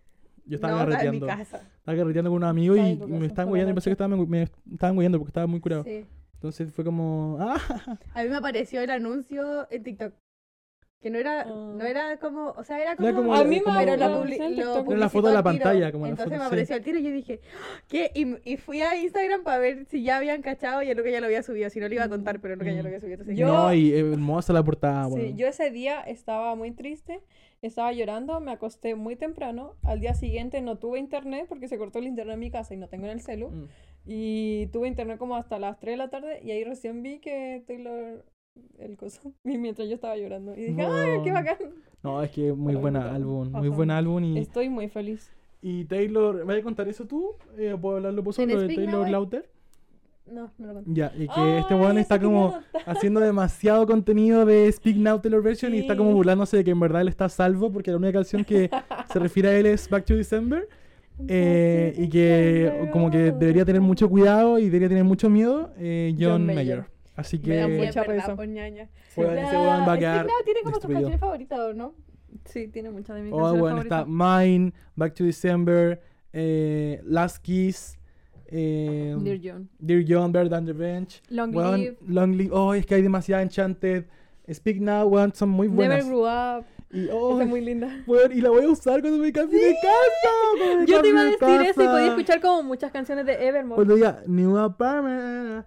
Yo estaba no, estaba en mi carreteando. casa. Estaba carreteando con un amigo y, Estaba en tu casa, y me estaban por la guiando y noche. pensé que estaban, me estaban guiando porque estaba muy curado. Sí. Entonces fue como. ¡Ah! A mí me apareció el anuncio en TikTok. Que no era, no Ah. era como, o sea, era como... Era como- A mí me pero la apareció publi- en lo TikTok. Era la foto de la publicitó al tiro. pantalla, como la Entonces foto, me sí. apareció al tiro y yo dije, "Ah, ¿qué? Y, y fui a Instagram para ver si ya habían cachado y es lo que ya lo había subido. Si no, lo iba a contar, pero es lo que ya lo había subido. Entonces, Yo- No, y eh, hermosa la portada, Sí, Ah, bueno. yo ese día estaba muy triste, estaba llorando, me acosté muy temprano. Al día siguiente no tuve internet porque se cortó el internet en mi casa y no tengo en el celu. Mm. Y tuve internet como hasta las 3 de la tarde y ahí recién vi que Taylor el coso y mientras yo estaba llorando y dije, ¡ay, qué No. bacán! No, es que muy Pero buen no, álbum. Muy ajá. buen álbum. Y, Estoy muy feliz. y Taylor. ¿Vas a contar eso tú? Eh, ¿Puedo hablarlo por ¿En solo de Speak Now Taylor hay? Lauter? no, no lo conté. Ya, y que este Ay, weón eso está quería como. notar. haciendo demasiado contenido de Speak Now Taylor Version y está como Sí. burlándose de que en verdad él está a salvo porque la única canción que se refiere a él es Back to December. eh, y que como que debería tener mucho cuidado y debería tener mucho miedo eh, John, John Mayer. Mayer. Así Me da Sí, que mucha mucha risa. risa. Por pues, ñaña. weón, Ya, ese weón va a Speak quedar Now tiene como sus destruido. canciones favoritas, ¿o no? Sí, tiene muchas de mis Oh, canciones weón, está favoritas. Mine, Back to December, eh, Last Kiss, eh, Dear John. Dear John, Better Than Revenge, Long weón, Live, Long Live, oh, es que hay demasiada Enchanted, Speak Now, weón, son muy Never buenas. Grew Up. Y, Esa oh, es muy linda. Weón, y la voy a usar cuando me cambie de casa. cuando me Yo te cambie iba a de decir eso y podía casa. escuchar como muchas canciones de Evermore. Cuando diga New Apartment,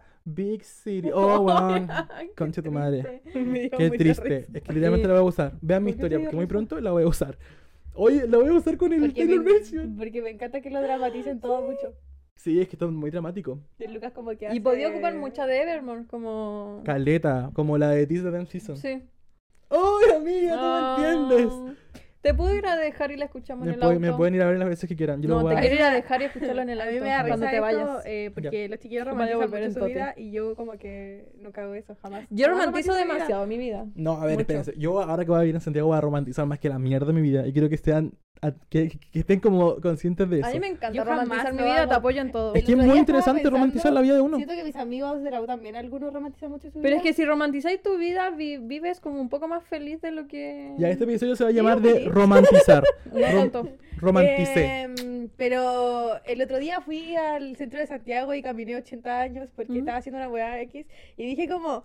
Big City. Oh, weón. Qué Concha tu madre. triste. Me dio Qué mucha triste. risa. Es que literalmente la voy a usar. Vean ¿Por qué te mi historia dio porque muy risa? pronto la voy a usar. Oye, la voy a usar con el Porque Taylor me, Version. porque me encanta que lo dramaticen todo mucho. Sí, es que está muy dramático. Y Lucas como que Y podía hace- ocupar mucha de Evermore, como... Caleta, como la de This the Damn Season. Sí. Ah. ¡Ay, amiga! ¡Tú me entiendes! Te puedo ir a dejar y la escuchamos Me, en el puede- auto. me pueden ir a ver las veces que quieran. Yo no, lo voy te a- quiero ir a dejar y escucharlo en el A auto mí me da cuando risa te vayas. esto, eh, porque los chiquillos Vaya a romantizan volver mucho en su tote. vida y yo como que no cago eso jamás. Yo Jamás romantizo mi vida. demasiado mi vida. No, a ver, Mucho. espérense. Yo ahora que voy a vivir en Santiago voy a romantizar más que la mierda de mi vida. Y quiero que estén, que, que estén como conscientes de eso. A mí me encanta Yo jamás romantizar mi lo vida, te hago. apoyo en todo. Es que es otro muy día interesante estaba romantizar pensando- la vida de uno. Siento que mis amigos de la U también, algunos romantizan mucho su Pero es vida. que si romantizáis tu vida, vi- vives como un poco más feliz de lo que... Ya este episodio se va a Digo, llamar de feliz. romantizar. No Rom- tanto. romanticé. Em, pero el otro día fui al centro de Santiago y caminé 80 años porque Ujú. estaba haciendo una weá X y dije como,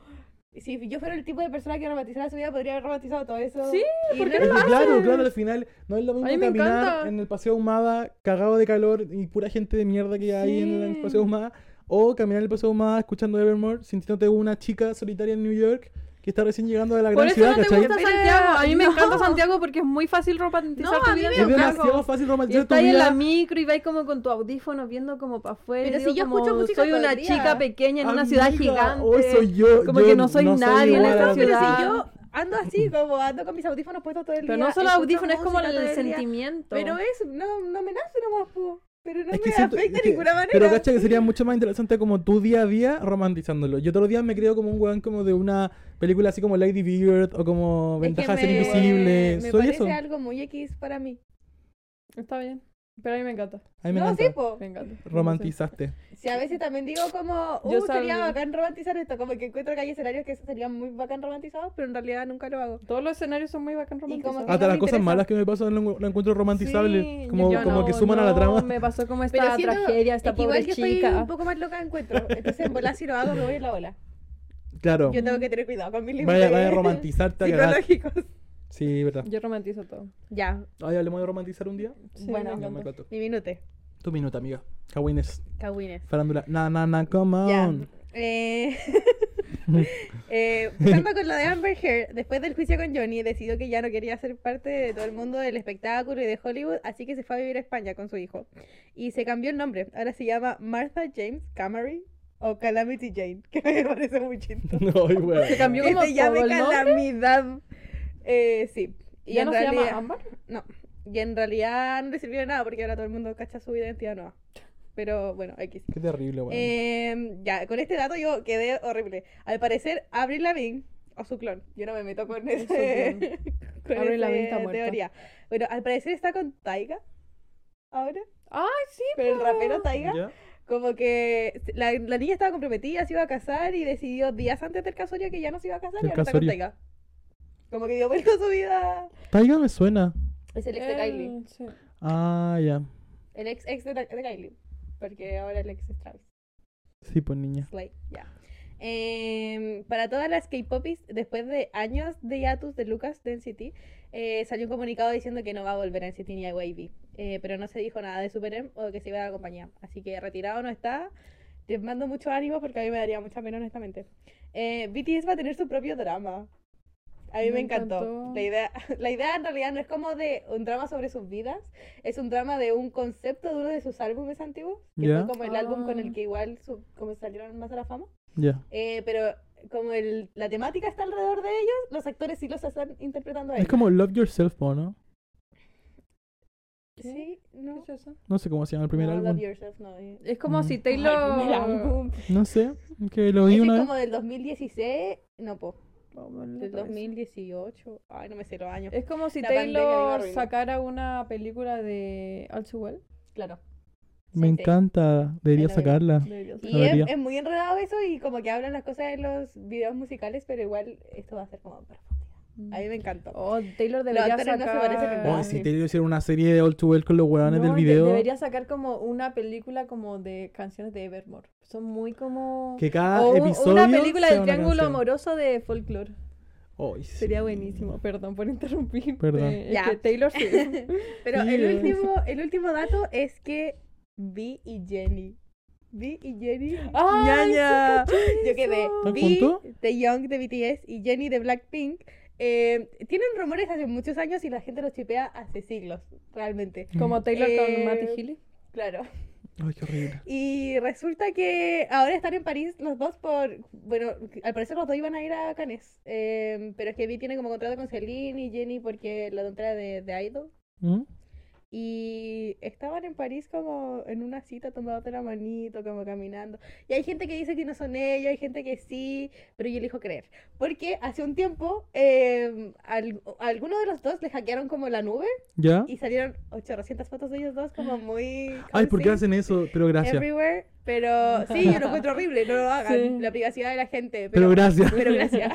si yo fuera el tipo de persona que romantizara su vida, podría haber romantizado todo eso. Sí, Y ¿por no qué lo Es que, hago. claro, claro, al final no es lo mismo A mí me caminar encanta. en el Paseo Humada cagado de calor y pura gente de mierda que hay en el Sí. Paseo Humada o caminar en el Paseo Humada escuchando Evermore sintiéndote una chica solitaria en New York que está recién llegando de la Por gran eso ciudad, no te ¿cachai? gusta Santiago. A mí me No. encanta Santiago porque es muy fácil romantizar No, tu a mí vida. me en Es encanta. Santiago. demasiado fácil Y romantizar tu estás en la vida. micro y vais como con tu audífono viendo como para afuera. y Pero si digo yo escucho como, música Soy todo el una día. chica pequeña en una ciudad Amiga, gigante. Ah, hoy soy yo, como yo que no soy nadie en igual a esta la- Pero ciudad. si yo ando así, como ando con mis audífonos puestos todo el Pero día. no solo escucho audífono, es como música todo el día. sentimiento. Pero es, no, no me nace nomás, po. Pero no Es que me siento- afecta es de que- ninguna manera. Pero cacha que sería mucho más interesante como tu día a día romantizándolo. Yo todos los días me creo como un weón como de una película así como Lady Bird o como Es que Ventaja de ser me- invisible. Me Soy parece eso. algo muy X para mí. Está bien. Pero a mí me encanta. A mí me no, encanta. sí, po. Me encanta. Romantizaste. Si a veces también digo como, uh, Yo sería sab- bacán romantizar esto, como que encuentro que hay escenarios que eso serían muy bacán romantizados, pero en realidad nunca lo hago. Todos los escenarios son muy bacán como que- romantizados. no Hasta me las cosas interesa. malas que me pasan lo encu- lo encuentro Ah, romantizable. Sí, como yo como no, que suman a la no, trama. Me pasó como Pero esta siento- tragedia, esta es que igual pobre que estoy chica. un poco más loca encuentro. Entonces en volar si lo hago me voy en la bola. Claro. Yo tengo que tener cuidado con mis límites Vaya, vaya a romantizarte a cagar. psicológicos. Sí, verdad. Yo romantizo todo. Ya, Ay, hablemos de romantizar un día. Sí, Bueno. me No, me encanta. encantó. mi minute. Tu minuto, amiga. Cagüines. Cagüines. Farándula. Na, na, na, come Ya. on. Eh, eh, empezando con lo de Amber Heard, después del juicio con Johnny, decidió que ya no quería ser parte de todo el mundo del espectáculo y de Hollywood, así que se fue a vivir a España con su hijo. Y se cambió el nombre, ahora se llama Martha James Camary o Calamity Jane, que me parece muy chistoso. Ay, weón. Se cambió Que como se llame todo el nombre. Calamidad. Eh, sí. Y ¿Ya en no se realidad, llama Ámbar? No. Y en realidad no le sirvió de nada porque ahora todo el mundo cacha su identidad nueva. Pero bueno, X. Qué terrible, weón. Eh, ya, con este dato yo quedé horrible. Al parecer, Avril Lavigne, o su clon, yo no me meto con ese, con Avril Lavigne está ese muerta. teoría. Bueno, al parecer está con Taiga ahora, Ay, sí. pero el rapero Taiga, ¿Ya? como que la, la niña estaba comprometida, se iba a casar y decidió días antes del casorio que ya no se iba a casar y Del ahora está con casorio. Taiga. Como que dio vuelta a su vida. Em. Taiga me suena. Es el ex de Eh, Kylie, sí. Ah, ya. el ex, ex de, de Kylie, porque ahora el ex es Travis. Sí, pues niña. Slay, ya. Em, para todas las K-popis, después de años de hiatus de Lucas de NCT, eh, salió un comunicado diciendo que no va a volver a NCT ni a YB. Eh, pero no se dijo nada de Super M o que se iba a la compañía. Así que retirado no está. Les mando mucho ánimo porque a mí me daría mucha pena, honestamente. Eh, BTS va a tener su propio drama. A mí me, Me encantó. encantó. La, idea, la idea en realidad no es como de un drama sobre sus vidas, es un drama de un concepto de uno de sus álbumes antiguos, que Ya. fue como el álbum con el Ah. que igual su- como salieron más a la fama. Ya. Eh, pero como el, la temática está alrededor de ellos, los actores sí los están interpretando a Es ellos. como Love Yourself, po, ¿no? Sí, ¿Qué no. es eso? No sé cómo se llama el primer No, Love álbum. Yourself, no. eh. Es como Mm. si Ay, Taylor. primer álbum. No sé, que lo vi Ese una es vez. como del 2016, no, po, Vamos, la del cabeza. 2018. Ay, no me sé los años. Es como si La pandemia me Taylor arruinó. sacara una película de All Too Well. Claro. Me Sí, sí. encanta, debería Ahí la veo. sacarla. Debería ser. Y es, Debería. es muy enredado eso y como que hablan las cosas de los videos musicales, pero igual esto va a ser como profundidad. A mí me encantó. Oh, Taylor debería Mm. actores no se sacar. parecen en Oh, nada. si Ah, sí. te hicieron una serie de All Too Well con los huevones No, del de- video, debería sacar como una película como de canciones de Evermore. Son muy como. que cada o un- episodio. una película sea del Ah, una Triángulo canción. Amoroso de folklore. Ay, sí. Sería buenísimo. Perdón por interrumpir. Perdón. Ya. que Taylor Swift. Pero Sí, el, eh. último, el último dato es que Vi y Jenny. Vi y Jenny. ¡Ay, sí, ñaña. Yo quedé. eso! ¿Están Vi juntos? de Young de BTS y Jenny de Blackpink. eh, tienen rumores hace muchos años y la gente los chipea hace siglos, realmente. Mm. Como Taylor con Eh, Matty Healy. Claro. Ay, qué horrible. Y resulta que ahora están en París los dos por... Bueno, al parecer los dos iban a ir a Cannes. eh, pero es que Vi tiene como contrato con Celine y Jenny porque la tonta era de, de Idol. ¿Mm? Y estaban en París como en una cita tomados de la manito, como caminando. Y hay gente que dice que no son ellos, hay gente que sí, pero yo elijo creer. Porque hace un tiempo eh, al- a alguno de los dos le hackearon como la nube ¿Ya? y salieron 800 fotos de ellos dos como muy... Ay, ¿por qué cozy hacen eso? Pero gracias. everywhere, pero sí, yo lo encuentro horrible, no lo hagan, Sí. la privacidad de la gente. Pero Pero, gracias. Pero gracias.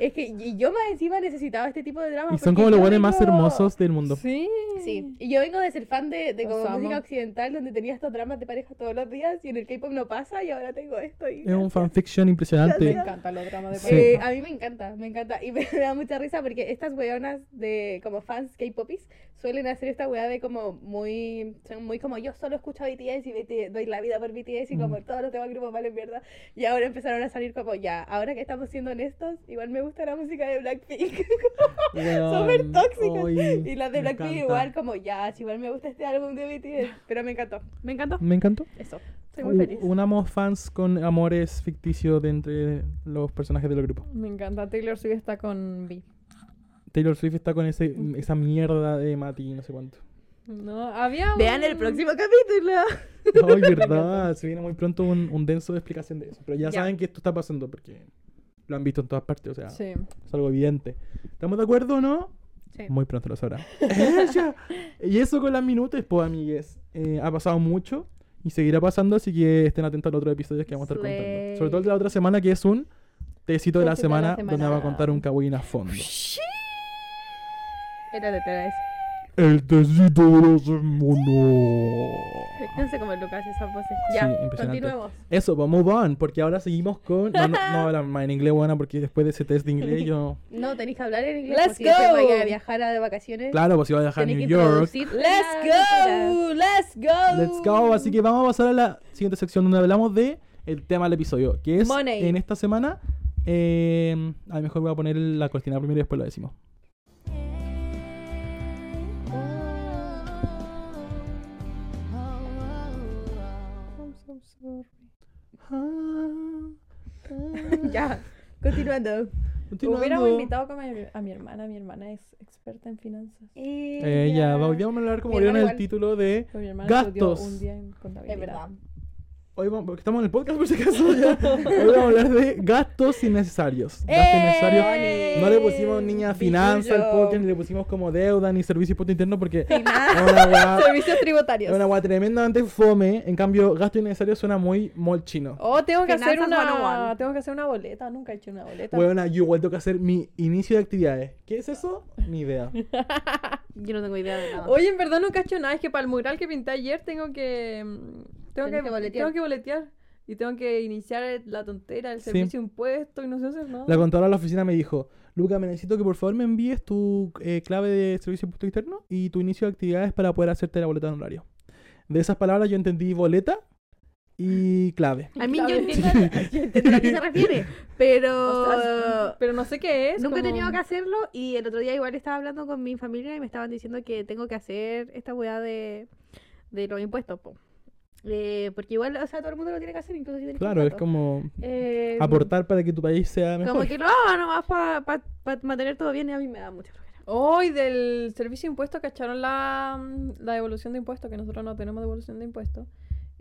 es que y yo más encima necesitaba este tipo de drama. Y son como los buenos guanes más hermosos del mundo. Sí. Sí, y yo vengo de ser fan de, de Los como música amo. occidental donde tenía estos dramas de pareja todos los días y en el K-pop no pasa y ahora tengo esto. Y Es un gracias. fanfiction Me impresionante. Gracias. encantan los dramas de Sí. pareja. Eh, a mí me encanta, me encanta. Y me, da mucha risa porque estas weonas de como fans K-popis suelen hacer esta weá de como muy. Son muy como yo solo escucho a BTS y BTS, doy la vida por BTS y como Mm. todos los demás grupos valen mierda. Y ahora empezaron a salir como ya, ahora que estamos siendo honestos, igual me gusta la música de Blackpink. Súper tóxicas. y las de Blackpink igual como ya, si igual me gusta este álbum de BTS. Pero me encantó, me encantó. Me encantó. Eso, estoy muy U- feliz. Unamos fans con amores ficticios de entre los personajes del grupo. Me encanta. Taylor Swift está con B. Taylor Swift está con ese, esa mierda de Mati, no sé cuánto. No, había un... Vean el próximo capítulo. Ay, verdad. Se viene muy pronto un, un denso de explicación de eso. Pero ya, Ya. saben que esto está pasando porque lo han visto en todas partes. O sea, Sí. es algo evidente. ¿Estamos de acuerdo o no? Sí. Muy pronto lo sabrán. ¡Ella! y eso con las minutos, pues, amigues. Eh, ha pasado mucho y seguirá pasando, así que estén atentos a los otros episodios que vamos a estar contando. Slay. Sobre todo el de la otra semana, que es un tecito de la Tecito de semana, la donde semana. va a contar un kawaii a fondo. Era de Tera el tecito de la semana. No sé cómo Lucas esas voces. Sí, Ya, impresionante. continuemos. Eso, pues move on, porque ahora seguimos con. No, no, no hablan más en inglés, buena, porque después de ese test de inglés yo. No, tenéis que hablar en inglés. Let's Let's go. Si go. vaya a viajar a de vacaciones. Claro, pues iba a viajar a tenéis New que York. introducir Let's la cultura. go, let's go. Let's go. Así que vamos a pasar a la siguiente sección donde hablamos de el tema del episodio, que es Money. en esta semana. eh, a lo mejor voy a poner la cortina primero y después lo decimos. I'm so sorry. Ya, continuando. Hubiéramos Continuando. invitado como a mi, a mi hermana. Mi hermana es experta en finanzas. Eh, ya, va, hoy día vamos a hablar, como Mi vieron en el hermano igual. título, de. Pero mi hermana estudió Gastos. un día en contabilidad. Es verdad. Hoy vamos, porque estamos en el podcast, por si acaso. ya. Hoy vamos a hablar de gastos innecesarios. Gastos Eh, innecesarios. No le pusimos niña finanza al Billuyo. podcast, ni le pusimos como deuda, ni servicio impuesto interno, porque es Fina- una weá, Servicios es tributarios. una weá tremendamente fome. En cambio, gasto innecesario suena muy mol chino. Oh, tengo que hacer Finanzas una 101. tengo que hacer una boleta, nunca he hecho una boleta. Bueno, yo igual tengo que hacer mi inicio de actividades. ¿Qué es eso? Ni idea. Yo no tengo idea de nada. Oye, en verdad nunca he hecho nada, es que para el mural que pinté ayer tengo que mm, tengo Tenés que, que boletear. tengo que boletear y tengo que iniciar el- la tontera, el Sí. servicio de impuesto y no sé hacer nada. La contadora de la oficina me dijo, Luca, me necesito que por favor me envíes tu eh, clave de servicio impuesto externo y tu inicio de actividades para poder hacerte la boleta de honorario. De esas palabras yo entendí boleta y clave. A mí yo entiendo, yo entiendo a qué se refiere, pero Ostras, ah, pero no sé qué es. nunca he como- tenido que hacerlo y el otro día igual estaba hablando con mi familia y me estaban diciendo que tengo que hacer esta weá de, de los impuestos. po. Eh, porque igual, o sea, todo el mundo lo tiene que hacer, incluso si tenés Claro, es contrato. como Eh, aportar para que tu país sea mejor. Como que lo hago nomás para mantener todo bien y a mí me da mucha flojera. Hoy del servicio de impuesto cacharon la, mm, la devolución de impuestos, que nosotros no tenemos devolución de impuestos.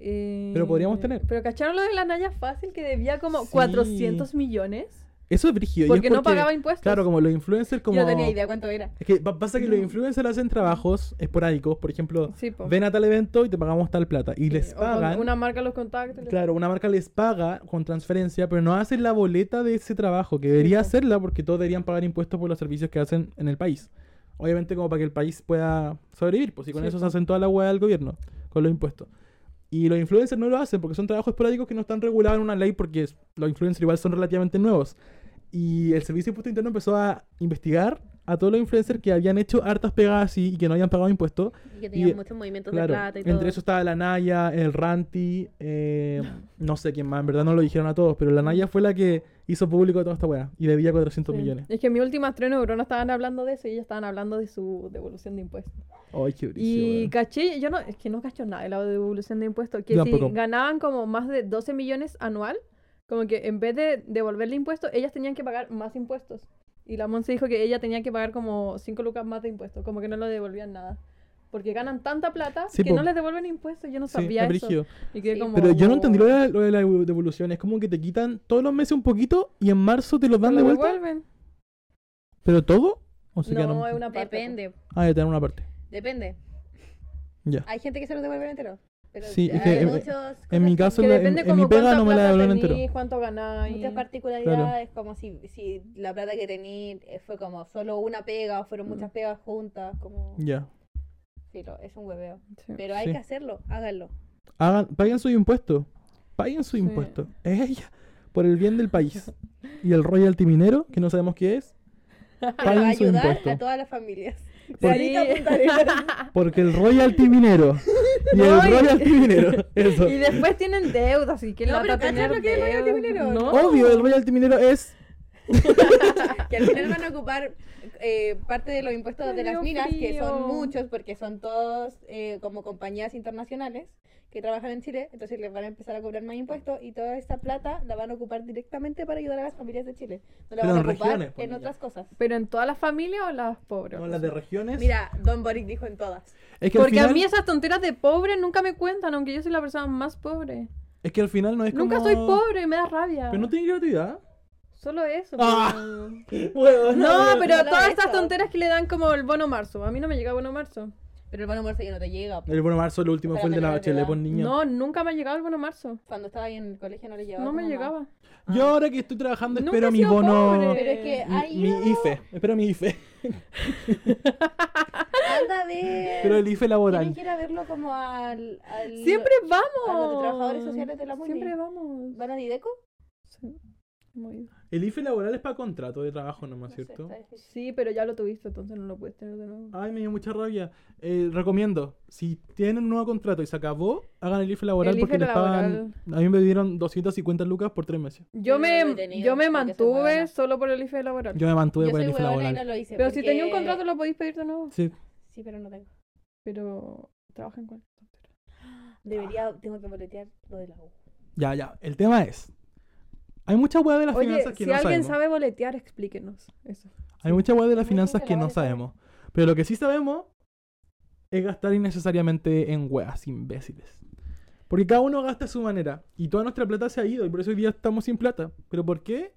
Eh, Pero podríamos tener. Pero cacharon lo de la Naya Fácil que debía como Sí. 400 millones Eso es brígido. y es porque, no pagaba impuestos. Claro, como los influencers, como. Yo no tenía idea cuánto era. Es que pa- pasa que los influencers hacen trabajos esporádicos. Por ejemplo, Sí, po. ven a tal evento y te pagamos tal plata. Y les O con pagan. Una marca los contactos. les- Claro, una marca les paga con transferencia, pero no hacen la boleta de ese trabajo, que debería po. hacerla porque todos deberían pagar impuestos por los servicios que hacen en el país. Obviamente como para que el país pueda sobrevivir, pues si con Sí, eso se po. hacen toda la hueá del gobierno, con los impuestos. Y los influencers no lo hacen porque son trabajos esporádicos que no están regulados en una ley porque es- los influencers igual son relativamente nuevos. Y el Servicio de Impuesto Interno empezó a investigar, a todos los influencers que habían hecho hartas pegadas así y que no habían pagado impuestos. Y que tenían Y- muchos movimientos Claro, de plata y todo. entre eso estaba la Naya, el Ranti, eh, no sé quién más, en verdad no lo dijeron a todos, pero la Naya fue la que hizo público toda esta weá y debía 400 Sí. millones. Es que en mi última estreno de Bruno estaban hablando de eso y ellos estaban hablando de su devolución de impuestos. Ay, qué Y brígido, weón. caché, yo no, es que no cacho nada de la devolución de impuestos, que Yo si tampoco. ganaban como más de 12 millones anual, como que en vez de devolverle impuestos, ellas tenían que pagar más impuestos. Y la Monse dijo que ella tenía que pagar como 5 lucas más de impuestos, como que no le devolvían nada. Porque ganan tanta plata Sí, que po. no les devuelven impuestos, yo no Sí, sabía es eso. brígido. Y quedé Sí. como, Pero yo no entendí lo "Wow". de, lo de la devolución, es como que te quitan todos los meses un poquito y en marzo te los dan ¿Lo de vuelta. devuelven? ¿Pero todo? ¿O se quedan No, un- es una parte. po. Depende, Ah, ya tengo una parte. depende. Ya. Hay gente que se los devuelve entero. Pero Sí, es hay que en- muchos- En mi cosas caso, Que la- en- depende en, como mi pega cuánta no me la plata devolvieron tenís, entero. cuánto ganáis. Muchas particularidades, como si, si la plata que tení eh, fue como solo una pega o fueron Mm. muchas pegas juntas, como... Ya. filo, es un hueveo. Sí. Pero hay Sí. que hacerlo, háganlo. Hagan, paguen su impuesto. Paguen Sí. su impuesto. Ella, por el bien del país. Y el royalty minero, que no sabemos qué es, Pero va a paguen su ayudar impuesto. a todas las familias. Por- Clarita Punta Arenas. Porque el royalty minero. Y el No, y- royalty minero. Eso. Y después tienen deudas, así que No, lata pero ¿cachas tener lo que es el rollo deudas. timbrero? No. Obvio, el royalty minero es. que al final van a ocupar eh, parte de los impuestos de Me dio las minas, que frío. son muchos, porque son todos eh, como compañías internacionales que trabajan en Chile, entonces les van a empezar a cobrar más impuestos y toda esa plata la van a ocupar directamente para ayudar a las familias de Chile. No Pero la van a en ocupar regiones, pues, en niña. otras cosas. ¿Pero en todas las familias o las pobres? No, las de regiones. Mira, Don Boric dijo en todas. es que pues, al Porque a final- mí esas tonteras de pobre nunca me cuentan, aunque yo soy la persona más pobre. Es que al final no es nunca como. soy pobre, me da rabia. Pero no tiene gratuidad. Solo eso. Ah. pero- Huevona, No, huevona. pero No la todas de estas esas. tonteras que le dan como el bono marzo. A mí no me llega bono marzo. Pero el bono muerto ya no te llega. po. El bueno marzo, el último Para fue el de la pues, menores de bachelet, edad. por niña. No, nunca me ha llegado el bono marzo. Cuando estaba ahí en el colegio no le llegaba. No a tu me mamá. llegaba. Yo ahora que estoy trabajando Nunca espero he mi sido bono. pobre. Pero es que Mi- ahí Mi IFE. Espero mi E. IFE. anda a ver. Pero el IFE laboral. Tienen que ir a verlo como al... al- Siempre vamos. a los de trabajadores sociales de la MUNI. Siempre vamos. ¿Van a Dideco? Sí. Hemos ido. El IFE laboral es para contrato de trabajo nomás, No sé, ¿cierto? está difícil. Sí, pero ya lo tuviste, entonces no lo puedes tener de Ah. nuevo. Ay, me dio mucha rabia. Eh, recomiendo, si tienen un nuevo contrato y se acabó, hagan el IFE laboral El porque IFE les pagan... A mí me dieron 250 lucas por tres meses. Yo Yo no me, lo he tenido, yo me porque soy mantuve huevona. solo por el IFE laboral. Yo me mantuve Yo por soy el IFE huevona y laboral. no lo hice. pero si tenía un porque- contrato lo podéis pedir de nuevo. Sí. Sí, pero no tengo. Pero trabaja en cuál. Debería, tengo que boletear lo de la U. Ya, ya. El tema es... Hay mucha hueá de las Oye, finanzas que si no alguien sabemos. sabe boletear, explíquenos eso. Hay mucha hueá de las Mucha finanzas gente que la no vale saber. sabemos. Pero lo que sí sabemos es gastar innecesariamente en hueás imbéciles. Porque cada uno gasta a su manera. Y toda nuestra plata se ha ido. Y por eso hoy día estamos sin plata. ¿Pero por qué?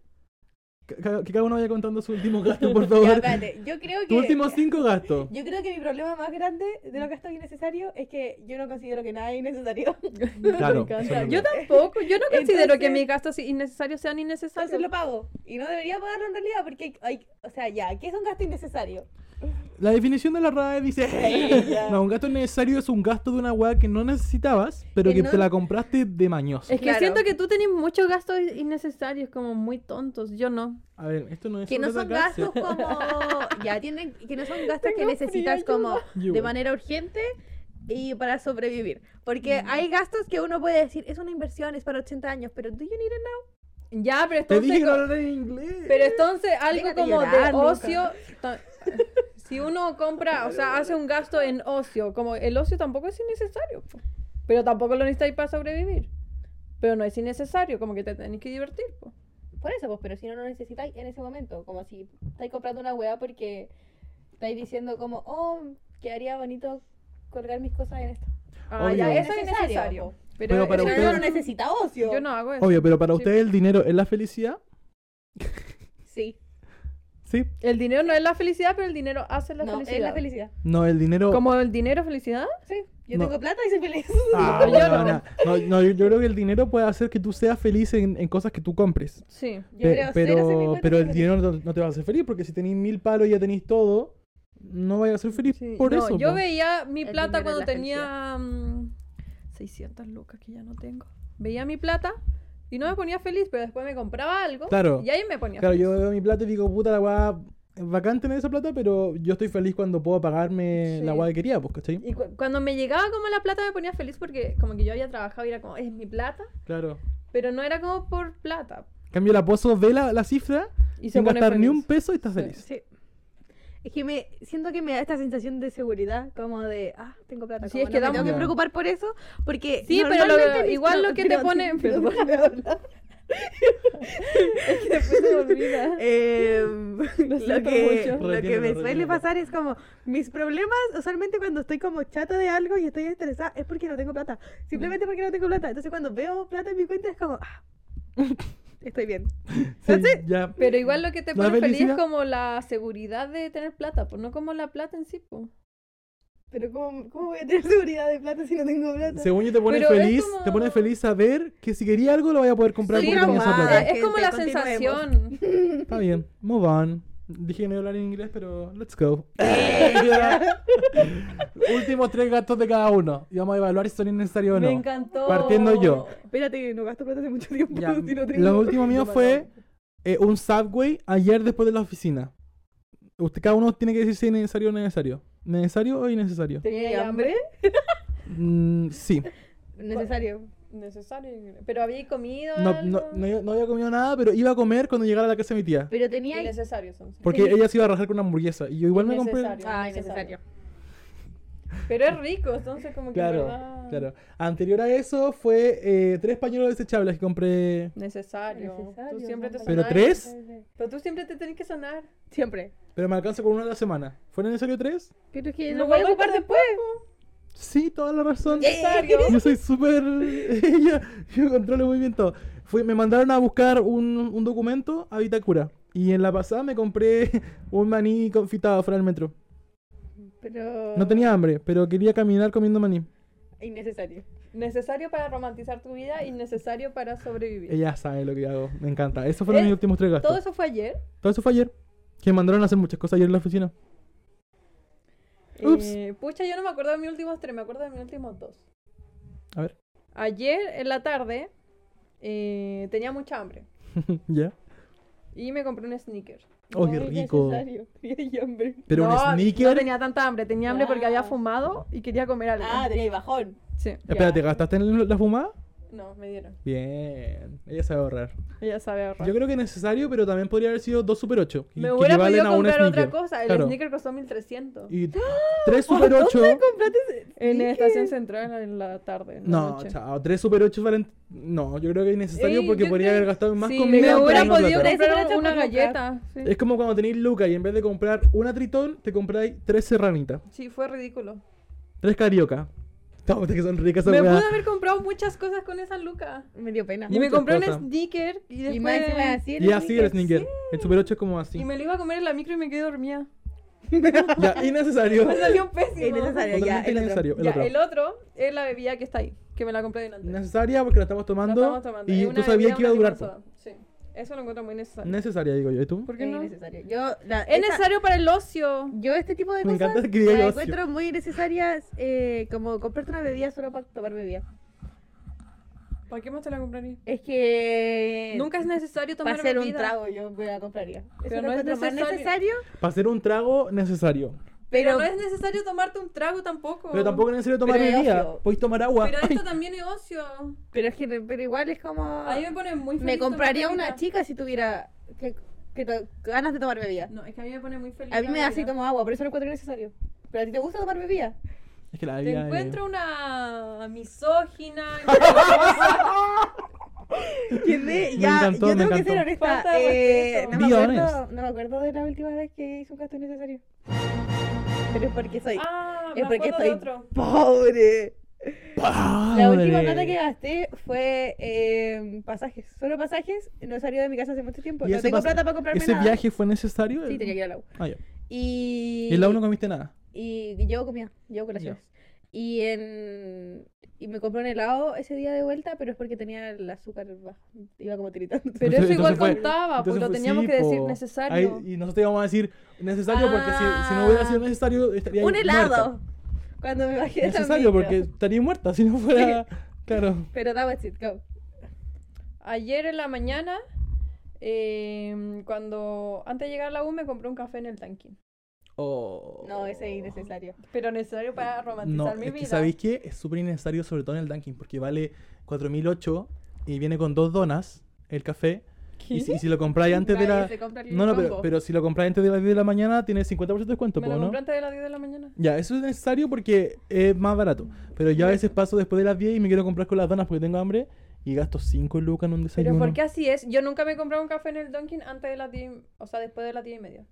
Ca- ca- Que cada uno vaya contando su último gasto, por Ya, favor. espérate, yo creo que. Tus últimos cinco gastos. Yo creo que mi problema más grande de lo que estoy innecesario es que yo no considero que nada es innecesario. Claro. Me encanta. eso es lo Yo que- tampoco, yo no considero que Entonces- mis gastos innecesarios sean innecesarios. Entonces lo pago. Y no debería pagarlo en realidad porque hay. hay- o sea, ya, ¿qué es un gasto innecesario? La definición de la RAE dice: ya. No, un gasto necesario es un gasto de una hueá que no necesitabas, pero Que que no- te la compraste de mañoso. Es que Claro. siento que tú tenés muchos gastos innecesarios, como muy tontos. Yo no. A ver, esto no es. Que no sobre son la cárcel. gastos como. Ya tienen. Que no son gastos que Tengo necesitas frío, como Yo de igual. manera urgente y para sobrevivir. Mm. Porque hay gastos que uno puede decir, es una inversión, es para 80 años, pero do you need it now? Ya, pero Te entonces. dije que co- no hablar en inglés. Pero entonces algo Déjate como llorar, de Luca. ocio, ta- si uno compra, o sea, hace un gasto en ocio, como el ocio tampoco es innecesario, po. pero tampoco lo necesitáis para sobrevivir. Pero no es innecesario, como que te tenéis que divertir. po. Por eso, pues, pero si no lo necesitáis en ese momento, como si estáis comprando una hueá porque estáis diciendo como, oh, quedaría bonito colgar mis cosas en esto. Ah, Obvio. ya, eso es Necesario, innecesario. po. Pero, Pero para eso Pero ustedes- no lo necesita ocio. yo no hago eso. Obvio, pero para Sí. pues. ustedes el dinero es la felicidad. Sí, Sí. El dinero no es la felicidad, pero el dinero hace la no, felicidad. es la felicidad. No, el dinero. Como el dinero felicidad. Sí, yo No. tengo plata y soy feliz. Ah, Yo no. weona. no, no, yo, yo creo que el dinero puede hacer que tú seas feliz en, en cosas que tú compres. Sí. Yo Pe- creo cero pero ser mi cuenta pero el feliz. dinero no, no te va a hacer feliz porque si tenéis mil palos y ya tenéis todo, no vayas a ser feliz Sí, por no, eso. Yo po. veía mi El plata dinero cuando es la tenía mm, 600 lucas que ya no tengo. Veía mi plata y no me ponía feliz, pero después me compraba algo Claro. y ahí me ponía Claro, feliz. yo veo mi plata y digo, puta la weá, bacán tener esa plata, pero yo estoy feliz cuando puedo pagarme la Sí. guay que quería, pues, ¿cachai? Y cu- cuando me llegaba como la plata me ponía feliz porque como que yo había trabajado y era como, es mi plata, Claro. pero no era como por plata. Cambio la pozo, ve la, la cifra, Y se sin pone gastar ni un feliz. peso y estás Sí. feliz. Sí. Es que me siento que me da esta sensación de seguridad, como de, ah, tengo plata. Sí, como es que no me damos- tengo que Ya. preocupar por eso, porque. Sí, pero lo- normalmente mis- igual no, lo que te perdón, pone... perdón. Perdón, es que después se me olvida. Eh, lo siento que, mucho. lo que me Retiénelo, suele retiénelo. pasar es como mis problemas usualmente cuando estoy como chata de algo y estoy estresada es porque no tengo plata simplemente porque no tengo plata entonces cuando veo plata en mi cuenta es como ah, estoy bien Sí, Entonces- ya. Pero igual lo que te La pone feliz es felicidad. como la seguridad de tener plata, pues no como la plata en sí, pues. pero cómo, cómo voy a tener seguridad de plata si no tengo plata Según yo te pone Pero es feliz, te como- pone feliz saber que si quería algo lo vaya a poder comprar Sí, porque tenía esa nomás. plata. es como Gente, la continuemos. sensación. Está bien, move on. Dije que no iba a hablar en inglés, pero let's go. Eh. Últimos tres gastos de cada uno. Y vamos a evaluar si son innecesarios o no. Me encantó. Partiendo yo. espérate que no gasto plata hace mucho tiempo Ya, si no tengo Lo último mío fue eh, un subway ayer después de la oficina. Usted, cada uno tiene que decir si es necesario o no necesario. ¿Necesario o innecesario? ¿Tenía hambre? hambre? Mm, sí. necesario Necesario. Pero había comido No, algo. no, no- no había comido nada, pero iba a comer cuando llegara a la casa de mi tía. pero tenía Innecesario son. Porque ella se iba a rajar con una hamburguesa. Y yo igual me compré. Innecesario. Ah, innecesario. Pero es rico, entonces como que Claro, verdad... claro. Anterior a eso fue eh, tres pañuelos desechables que compré. Necesario. Necesario, Tú siempre te son ¿Pero sonás. tres? Pero tú siempre te tenés que sonar. siempre Pero me alcanza con uno a la semana. ¿Fue necesario tres? pero es que Lo voy a ocupar después. Sí, toda la razón. Necesario. Yo soy súper. Yo, yo controlo muy bien todo. Fui, me mandaron a buscar un, un documento a Vitacura. Y en la pasada me compré un maní confitado fuera del metro. pero No tenía hambre, pero quería caminar comiendo maní. innecesario Necesario para romantizar tu vida y necesario para sobrevivir. Ella sabe lo que hago. Me encanta. Esos fueron Eh, mis últimos tres gastos. Todo eso fue ayer. Todo eso fue ayer. Que me mandaron a hacer muchas cosas ayer en la oficina. Ups. Eh, pucha, yo no me acuerdo de mis últimos tres, me acuerdo de mis últimos dos. A ver. Ayer en la tarde eh, tenía mucha hambre ¿Ya? y me compré un sneaker. Oh, qué rico. tenía hambre Pero No, un sneaker. No tenía tanta hambre, tenía hambre porque había fumado y quería comer algo. Ah, tenía bajón. sí. Espérate, ¿gastaste en la fumada? No, me dieron. Bien. Ella sabe ahorrar. Ella sabe ahorrar. Yo creo que necesario, pero también podría haber sido dos Super 8. Ah. me hubiera podido comprar otra cosa. El Claro. sneaker costó 1300. Y tres Super 8. En la estación central en la tarde. en la No, noche. chao. Tres Super 8 valen. No, yo creo que es innecesario Ey, porque yo podría creo- haber gastado en más Sí, comida. Me pero hubiera no podido plata. Tres comprar brachas una por Lucas. galleta. Sí. Es como cuando tenéis Luca y en vez de comprar una Tritón, te compráis tres Serranitas. Sí, fue ridículo. Tres Carioca. Estamos que son ricas Me esas pude weas. haber comprado muchas cosas con esa luca. me dio pena Y me Muchas compré cosas. un sneaker y después... y más encima así el Y así el sneaker. sneaker. El Super 8 es como Y así. me lo iba a comer en la micro y me quedé dormida. Ya, innecesario. Me salió pésimo. Totalmente Innecesario, ya, el otro. innecesario. El Ya, otro. el otro es la bebida que está ahí, que me la compré delante. Necesaria porque la estamos tomando. Y tú sabías que iba a durar. pues. po. Sí. Eso lo encuentro muy necesario. Necesaria, digo yo. ¿Y tú? ¿Por qué Es no? innecesario. Yo, la- Es esa- necesario para el ocio. yo este tipo de Me cosas encanta que diga las yo ocio. encuentro muy necesarias eh, como comprarte una bebida solo para tomar bebida. ¿Para qué más te la compraría? Es que Nunca es necesario tomar para Eh, hacer un bebida. trago yo me la compraría. Eso Pero lo no es encuentro más necesario. necesario, Para hacer un trago, necesario. Pero pero, no es necesario tomarte un trago tampoco. Pero tampoco es necesario tomar Pero es bebida. ocio. Podéis tomar agua. Pero Ay, esto también es ocio. pero es que pero igual es como A mí me pone muy feliz. Ah. me tomar compraría bebida. una chica si tuviera que, que to- ganas de tomar bebida. No, es que a mí me pone muy feliz. A mí la me da así bebida. tomo agua, por eso lo encuentro innecesario. Pero a ti te gusta tomar bebida. Es que la Te bebida. eh, encuentro una misógina. Quedé, Me ya, encantó, yo me tengo que encantó. ser honesta. Falta de eh, no, me Be acuerdo, honest. no me acuerdo de la última vez que hice un gasto innecesario. Pero es porque soy ah, me Es porque acuerdo de estoy- otro. pobre. ¡padre! La última plata que gasté fue eh, pasajes. Solo pasajes. No he salido de mi casa hace mucho tiempo. ¿Y No ese tengo pas- plata para comprarme ¿Ese nada. viaje fue necesario? Sí, tenía que ir a la U. Ah, ya. Y... Y en la U no comiste nada. Y llevo comida, llevo colaciones. Y en... Y me compré un helado ese día de vuelta, pero es porque tenía el azúcar bajo. Iba como tiritando. Pero eso Entonces- igual entonces fue- contaba, pues Entonces lo fue- teníamos sí, que decir po. necesario. Ahí- y nosotros íbamos a decir necesario porque si, si no hubiera sido necesario estaría un muerta. helado. Cuando me bajé de la Necesario micro. porque estaría muerta si no fuera. Claro. Pero that was it, go. Ayer en la mañana eh, cuando antes de llegar a la U me compré un café en el tanquín. Oh. No, ese es innecesario. Pero necesario para romantizar Eh, No, mi es vida. que sabéis que es súper innecesario, sobre todo en el Dunkin', porque vale 4.008 y viene con dos donas el café. ¿Qué? Y si, y si lo compráis antes de la. Nadie se compra el No, no, pero, combo. pero si lo compráis antes de las 10 de la mañana, tiene 50% de descuento, me lo po, ¿no? compré antes de las 10 de la mañana. Ya, eso es necesario porque es más barato. Pero yo a veces paso después de las 10 y me quiero comprar con las donas porque tengo hambre y gasto 5 lucas en un Pero desayuno. ¿por qué así es? Yo nunca me he comprado un café en el Dunkin' antes de las 10, y- o sea, después de las 10 y media.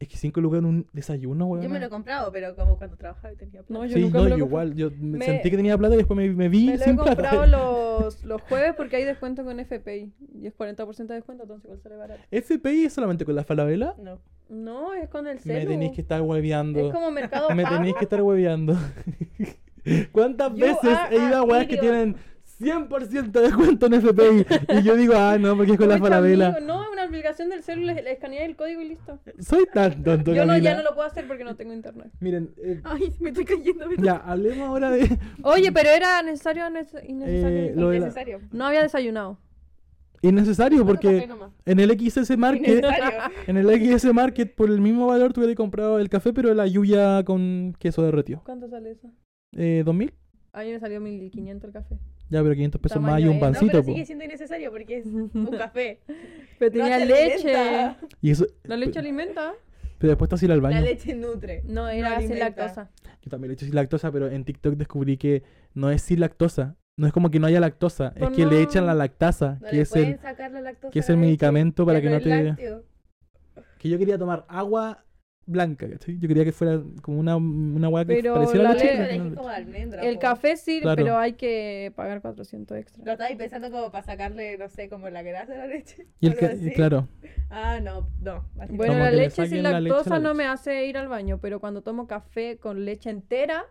Es que 5 lucas en un desayuno, weón. Yo me lo he comprado, pero como cuando trabajaba y tenía plata. No, Oh, yo Sí, nunca no, me lo yo he igual. Yo me Me- sentí que tenía plata y después me, me vi Me lo he sin plata. comprado los, los jueves porque hay descuento con FPI. Y es 40% de descuento, entonces igual sale barato. ¿FPI es solamente con la falabela? No. No, es con el celu. Me tenéis que estar Es hueveando. como mercado Me pago. tenéis que estar hueveando. ¿Cuántas You veces are he ido a an weas que idiot. tienen 100% de descuento en FPI? Y yo digo, ah, no, porque es con la Pucha, falabela. amigo, No, es una aplicación del celu, le, le escaneé el código y listo. Soy tan tonto, Yo no, ya Camila. no lo puedo hacer porque no tengo internet. Miren, eh, Ay, me estoy cayendo. me estoy- ya, hablemos ahora de... Oye, pero era necesario o nece- innecesario. Eh, lo de la- Innecesario. No había desayunado. Innecesario, porque Café nomás. en el XS Market, Innecesario. en el XS Market, por el mismo valor, tú hubieras comprado el café, pero la lluvia con queso derretido. ¿Cuánto sale eso? Eh, ¿2000? A mí me salió 1500 el café. Ya, pero 500 pesos Tamaño más y un N. No, No, pero pancito, po. sigue siendo innecesario porque es un café. Pero No tenía te leche. alimenta. Y eso... ¿La leche alimenta? Pero después te has ido al baño. La leche nutre. No, era sin alimenta. lactosa. Yo también le echo sin lactosa, pero en TikTok descubrí que no es sin lactosa. No es como que no haya lactosa, Pues es que no. le echan la lactasa, No que le es pueden el sacar la lactosa. que es a el la leche. medicamento para Ya que no es te- lácteo. que yo quería tomar agua blanca, ¿cachai? Yo quería que fuera como una una agua que Pero pareciera la leche, le- pero Pero que no elegí era como almendra, El po. café sí, Claro. pero hay que pagar 400 Lo extra. estabais pensando como para sacarle, no sé, como la grasa a la leche. leche. Y el algo que- así. claro, Ah, no, no. así no. Bueno, Como la que le leche saquen sin la leche a la lactosa no leche. me hace ir al baño, pero cuando tomo café con leche entera,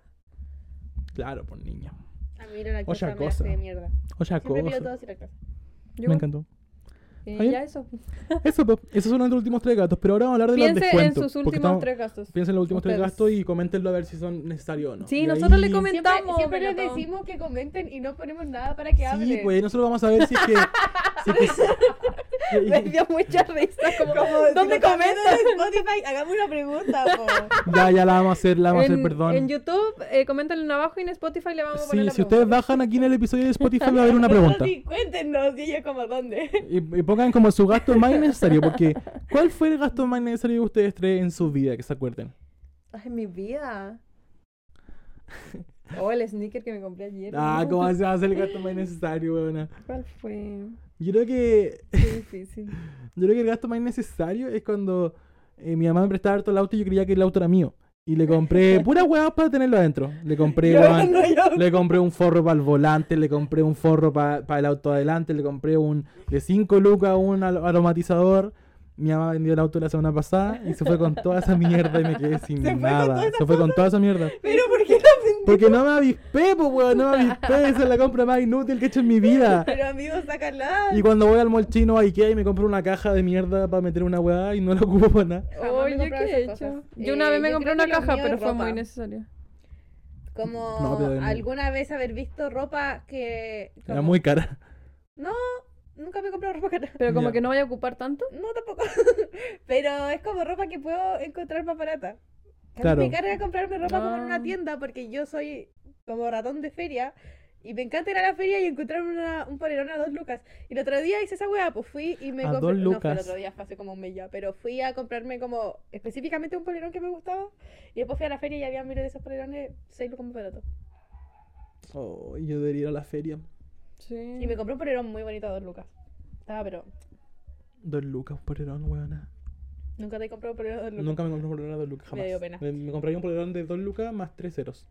claro, por niño. A mí Ah, la Otra lactosa me cosa. hace mierda. O sea, Siempre pido cosa. todo sin lactosa. yo Me encantó. eh, Oye, ya eso. Eso, pues, esos son los últimos tres gastos, pero ahora vamos a hablar de los Piense en descuentos. sus porque últimos estamos- tres gastos. Piensen en los últimos tres Ustedes. gastos y coméntenlo a ver si son necesarios o no. Sí, Y nosotros le ahí- comen- Siempre, Comentamos, siempre les Melotón. decimos que comenten y no ponemos nada para que Sí, hablen. pues nosotros vamos a ver si es que si es que- Me dio mucha risa. Como, ¿Dónde comento comentan? en Spotify? Hagamos una pregunta, po. Ya, ya la vamos a hacer, la vamos Ah, En, a hacer, perdón. en YouTube, eh, comentan abajo y en Spotify le vamos a poner Sí, la si ustedes pregunta. bajan aquí en el episodio de Spotify va a haber una pregunta. Sí, cuéntenos. Y ella como, ¿dónde? Y, y pongan como su gasto más innecesario, porque ¿cuál fue el gasto más innecesario de ustedes tres en su vida, que se acuerden? Ay, mi vida. Oh, el sneaker que me compré ayer. Ah, ¿no? ¿cómo se va a hacer el gasto más innecesario, weona? ¿Cuál fue? Yo creo que, Qué difícil. yo creo que el gasto más innecesario es cuando eh, mi mamá me prestaba harto el auto y yo creía que el auto era mío. Y le compré pura hueá para tenerlo adentro. Le compré, weón, Le compré un forro para el volante, le compré un forro para el auto adelante, le compré un de 5 lucas un al- aromatizador. Mi mamá vendió el auto la semana pasada y se fue con toda esa mierda y me quedé sin nada. se fue con toda esa mierda. Pero ¿por qué lo vendí? Porque no me avispé, po, weón, no me avispé. Esa es la compra más inútil que he hecho en mi vida. Pero amigos, sácala. Y cuando voy al mall chino a Ikea y me compro una caja de mierda para meter una weá y no la ocupo para nada. Jamás Oh, me he ¿yo comprado qué he esas hecho? cosas. Yo una Eh, vez me yo compré creo una que lo caja, mío pero es fue ropa. muy necesaria. Como No, pero de mí. alguna vez haber visto ropa que... Era como- muy cara. No, nunca me he comprado ropa cara. Pero como Ya. que no vaya a ocupar tanto. No, tampoco. Pero es como ropa que puedo encontrar más barata. A mí Claro. Me carga comprarme ropa como en Ah. una tienda porque yo soy como ratón de feria. Y me encanta ir a la feria y encontrar una- un polerón a dos lucas. Y el otro día hice esa weá, pues fui y me A compré. dos No, fue el lucas. otro día, fue hace como un mes ya. Pero fui a comprarme como específicamente un polerón que me gustaba. Y después fui a la feria y había miles de esos polerones, seis lucas más barato. Oh, yo debería ir a la feria. Sí. Y me compré un polerón muy bonito a dos lucas. Estaba, pero Dos lucas por erón, weón. nunca te he comprado un polerón a dos lucas. Nunca me compré un polerón de dos lucas, Me jamás. dio pena. Me, me compraría un polerón de dos lucas más tres ceros.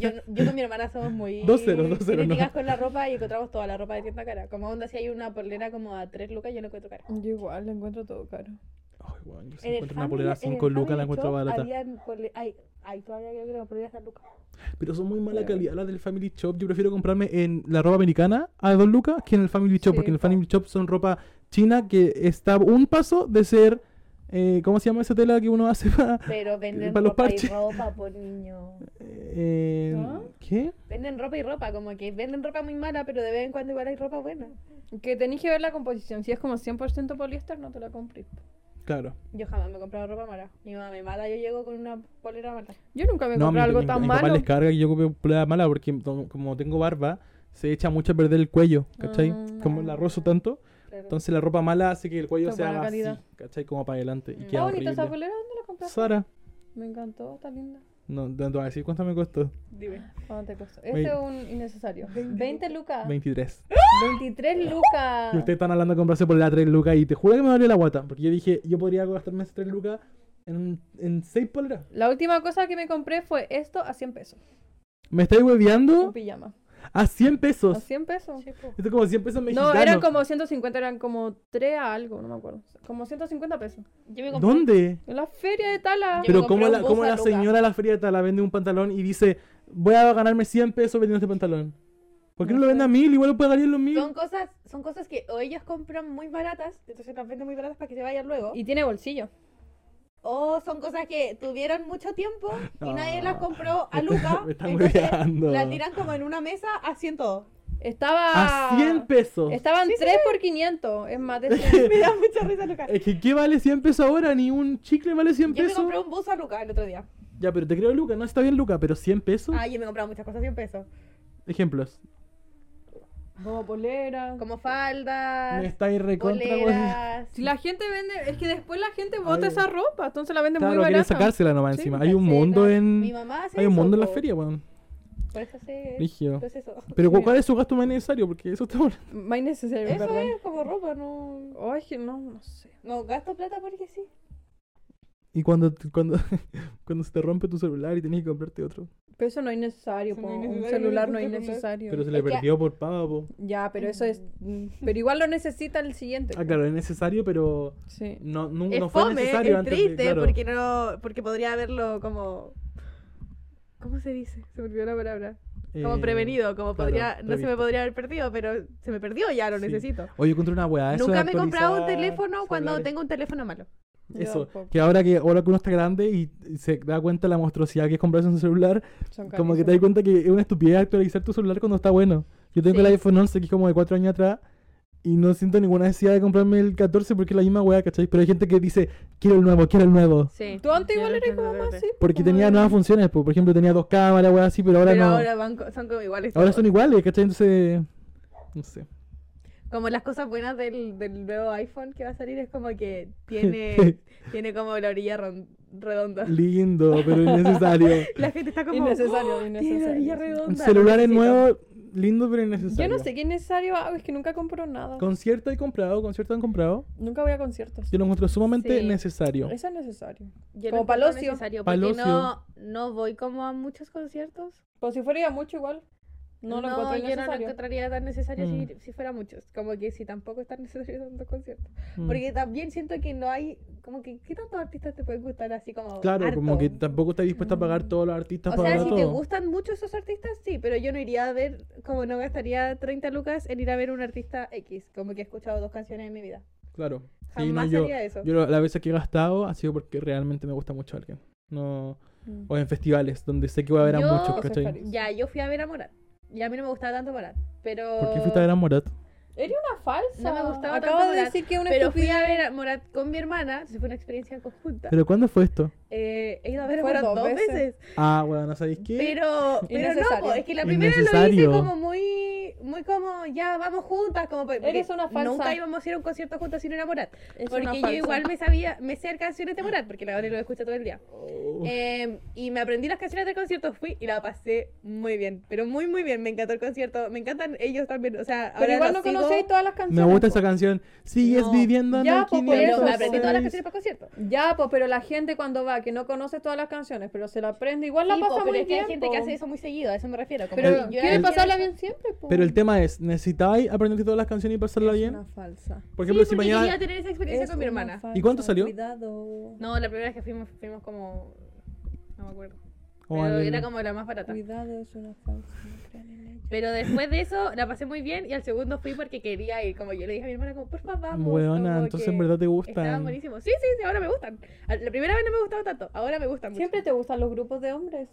Yo, yo con mi hermana somos muy Dos ceros, dos ceros, críticas no. con la ropa y encontramos toda la ropa de tienda cara. Como onda, si hay una polera como a tres lucas, yo la encuentro cara. Yo igual, le encuentro todo caro. Ay, weón, yo si En el encuentro una Family- polera a en el cinco lucas, Family la encuentro Shop barata. habían pole- Ay, ay, todavía creo que las poleras a lucas. Pero son muy mala Pero- calidad las del Family Shop. Yo prefiero comprarme en la ropa americana a dos lucas que en el Family Shop, Sí, porque en el po. Family Shop son ropa china que está un paso de ser eh, ¿cómo se llama esa tela que uno hace para... Pero venden para los ropa y parches. ropa, por niño. eh, ¿Ah? ¿No? ¿Qué? Venden ropa y ropa, como que venden ropa muy mala, pero de vez en cuando igual hay ropa buena. Que tenéis que ver la composición. Si es como 100% poliéster, no te la compré. Claro. Yo jamás me he comprado ropa mala. Mi mamá me mata, yo llego con una polera mala. Yo nunca me No, compré mi- algo mi- tan mi papá malo. les carga que yo ocupe polera mala porque to- como tengo barba, se echa mucho a perder el cuello, ¿cachai? Ah. Como la rozo tanto, entonces la ropa mala hace que el cuello Toma sea la más así, calidad. ¿cachai? Como para adelante y Está queda bonita esa horrible. polera, ¿dónde la compraste? Sara, Me encantó, está linda. no, no te voy a decir cuánto me costó. Dime. ¿Cuánto te costó? Vein- Este es un innecesario. 20, lucas. 23. 23 lucas. Y ustedes están hablando de comprarse por la 3 lucas y te juro que me dolió la guata. Porque yo dije, yo podría gastarme esas 3 lucas en, en 6 poleras. La última cosa que me compré fue esto a 100 pesos. ¿Me estáis Un hueveando? pijama. A 100 ¿A pesos. 100 pesos? Esto es como 100 pesos Ah, No, mexicanos. eran como 150, eran como 3 a algo, no me acuerdo. Como 150 pesos. Yo me compré un- ¿Dónde? En la feria de Tala. Yo me Pero compré como un la, buzo cómo a la Luca. señora de la frieta la vende un pantalón y dice, voy a ganarme 100 pesos vendiendo este pantalón. ¿Por qué no, No lo sé. vende a mil? Igual lo puede ganar en los mil. Son cosas, son cosas que o ellos compran muy baratas, entonces las venden muy baratas para que se vayan luego. Y tiene bolsillo. O Oh, son cosas que tuvieron mucho tiempo y nadie las No. compró a Luca. Me están entonces hueveando. Las tiran como en una mesa a 100 todo. Estaba. A 100 pesos. Estaban 3 por 500. Es más de 100. Me da mucha risa Luca. Es que, ¿qué vale 100 pesos ahora? Ni un chicle vale 100 Yo me pesos. compré un buzo a Luca el otro día. Ya, pero te creo, Luca. No está bien, Luca, pero 100 pesos. Ah, yo me he comprado muchas cosas a 100 pesos. Ejemplos. Como polera. Como Ah, Me faldas, estáis recontra. hueveando. poleras. Si la gente vende, es que después la gente Ay. bota esa ropa, entonces la vende Claro, muy quiere barata. sacársela nomás Sí, encima. Nunca Hay un sé, mundo no- en. Mi mamá hace Hay un eso, mundo en la po. feria, weón. Por eso sé. Rígido. Entonces eso. Pero Sí. ¿cuál es su gasto más necesario? Porque eso está bueno. Más innecesario, Eso perdón. es como ropa, no. Ay, que no, no sé. No gasto plata porque sí. Y cuando, cuando, cuando se te rompe tu celular y tenés que comprarte otro. Pero eso no es necesario, Eso po. no es un necesario, celular un no es celular. necesario. Pero se le Es que- perdió por pago, po. Ya, pero eso es. Mm. Pero igual lo necesita el siguiente. Ah, po. claro, es necesario, pero Sí. no, no, Es no fue fome, necesario es antes. de- triste, claro. porque no, porque podría haberlo como, ¿cómo se dice? Se me olvidó la palabra. Como Eh, prevenido, como claro, podría, no se me previsto. podría haber perdido, pero se me perdió ya, lo Sí. necesito. Oye, encontré una weá. eso de Nunca me he comprado un actualizar teléfono cuando celulares. tengo un teléfono malo. Eso, tampoco. que ahora que ahora que uno está grande y y se da cuenta de la monstruosidad que es comprarse un celular, Son Como que te das carísimos. cuenta que es una estupidez actualizar tu celular cuando está bueno. Yo tengo el Sí. iPhone 11 que es como de 4 años atrás y no siento ninguna necesidad de comprarme el 14 porque es la misma weá, ¿cachai? Pero hay gente que dice, quiero el nuevo, quiero el nuevo. Sí. Tú antes igual eras como más así. Porque como tenía de- nuevas funciones, po. por ejemplo tenía dos cámaras, weá así, pero ahora Pero no. ahora van co- son como iguales. Ahora todos. son iguales, ¿cachai? Entonces, no sé. Como las cosas buenas del, del nuevo iPhone que va a salir es como que tiene, tiene como la orilla ron- redonda. Lindo, pero innecesario. La gente está como... Innecesario, "Oh, tiene la innecesario, orilla sí. redonda. Un lo celular es necesito". nuevo, lindo pero Yo innecesario. no sé qué innecesario hago, es que nunca compro nada. Concierto he comprado, concierto han comprado. Nunca voy a conciertos. Yo lo encuentro sumamente Sí. necesario. Eso es necesario. Yo Como lo encuentro Palosio. necesario, Porque Palosio. No, no voy como a muchos conciertos. Pero Pues si fuera ya mucho igual, no lo encuentro yo no lo innecesario. encontraría tan necesario Mm. si, si fuera muchos. Como que si tampoco es tan necesario tantos conciertos. Mm. Porque también siento que no hay. Como que, ¿qué tantos artistas te pueden gustar así como.? Claro, como harto? Mm. que tampoco estás dispuesta a pagar todos los artistas O para sea, ver si todo. te gustan mucho esos artistas, sí, pero yo no iría a ver, como no gastaría 30 lucas en ir a ver un artista X, como que he escuchado dos canciones en mi vida. Claro. Sí, no, Jamás yo, haría eso. yo lo- las veces que he gastado ha sido porque realmente me gusta mucho alguien. No, Mm. o en festivales donde sé que voy a ver a Yo- muchos, Eso es ¿cachai? carísimo. Ya, yo fui a ver a Morat. Y a mí no me gustaba tanto Morat, pero. ¿Por qué fuiste a ver a Morat? Era una falsa. No me gustaba Acabo tanto de Morat, decir que una Pero fui estupidez. a ver a Morat con mi hermana, entonces fue una experiencia conjunta. ¿Pero cuándo fue esto? Eh, he ido a ver a Fueron Morat dos, dos veces. veces. Ah, bueno, ¿no sabéis qué? Pero, pero no, Innecesario. po, es que la primera lo hice Innecesario. como muy, muy como ya vamos juntas, como pa- porque Eres una falsa. nunca íbamos a ir a un concierto juntas sin una Morat. Es porque una yo falsa. igual me sabía, me sé canciones de Morat, porque la Vale lo escucha todo el día. Oh. Eh, y me aprendí las canciones del concierto, fui y la pasé muy bien, pero muy muy bien, me encantó el concierto, me encantan ellos también, o sea, Pero ahora igual no los sigo, conocéis todas las me canciones. gusta po. esa canción. Sigues No. viviendo en Ya, el pues, pero pero me 506. aprendí todas las canciones para el concierto. Ya, pues, pero la gente cuando va, que no conoce todas las canciones, pero se la aprende, igual la Sí, po, pasa pero muy es que bien. hay gente que po. hace eso muy seguido, a eso me refiero. como Pero que yo quiere hacía pasarla eso. bien siempre, po. Pero el tema es, ¿necesitáis aprender todas las canciones y pasarla es bien? una falsa. Por Sí, ejemplo, si porque mañana... quería tener esa experiencia Es con mi una hermana. falsa, cuánto salió? Cuidado. No, la primera vez que fuimos, fuimos como. No me acuerdo. Como Pero el- era como la más barata. Cuidado, es una falsa. no crean en ella. Pero después de eso la pasé muy bien y al segundo fui porque quería ir. Como yo le dije a mi hermana, como, porfa, vamos. Weona, como entonces que en verdad te gustan. Estaban buenísimos. Sí, sí, sí, ahora me gustan. A- La primera vez no me gustaban tanto, ahora me gustan mucho. Siempre te gustan los grupos de hombres.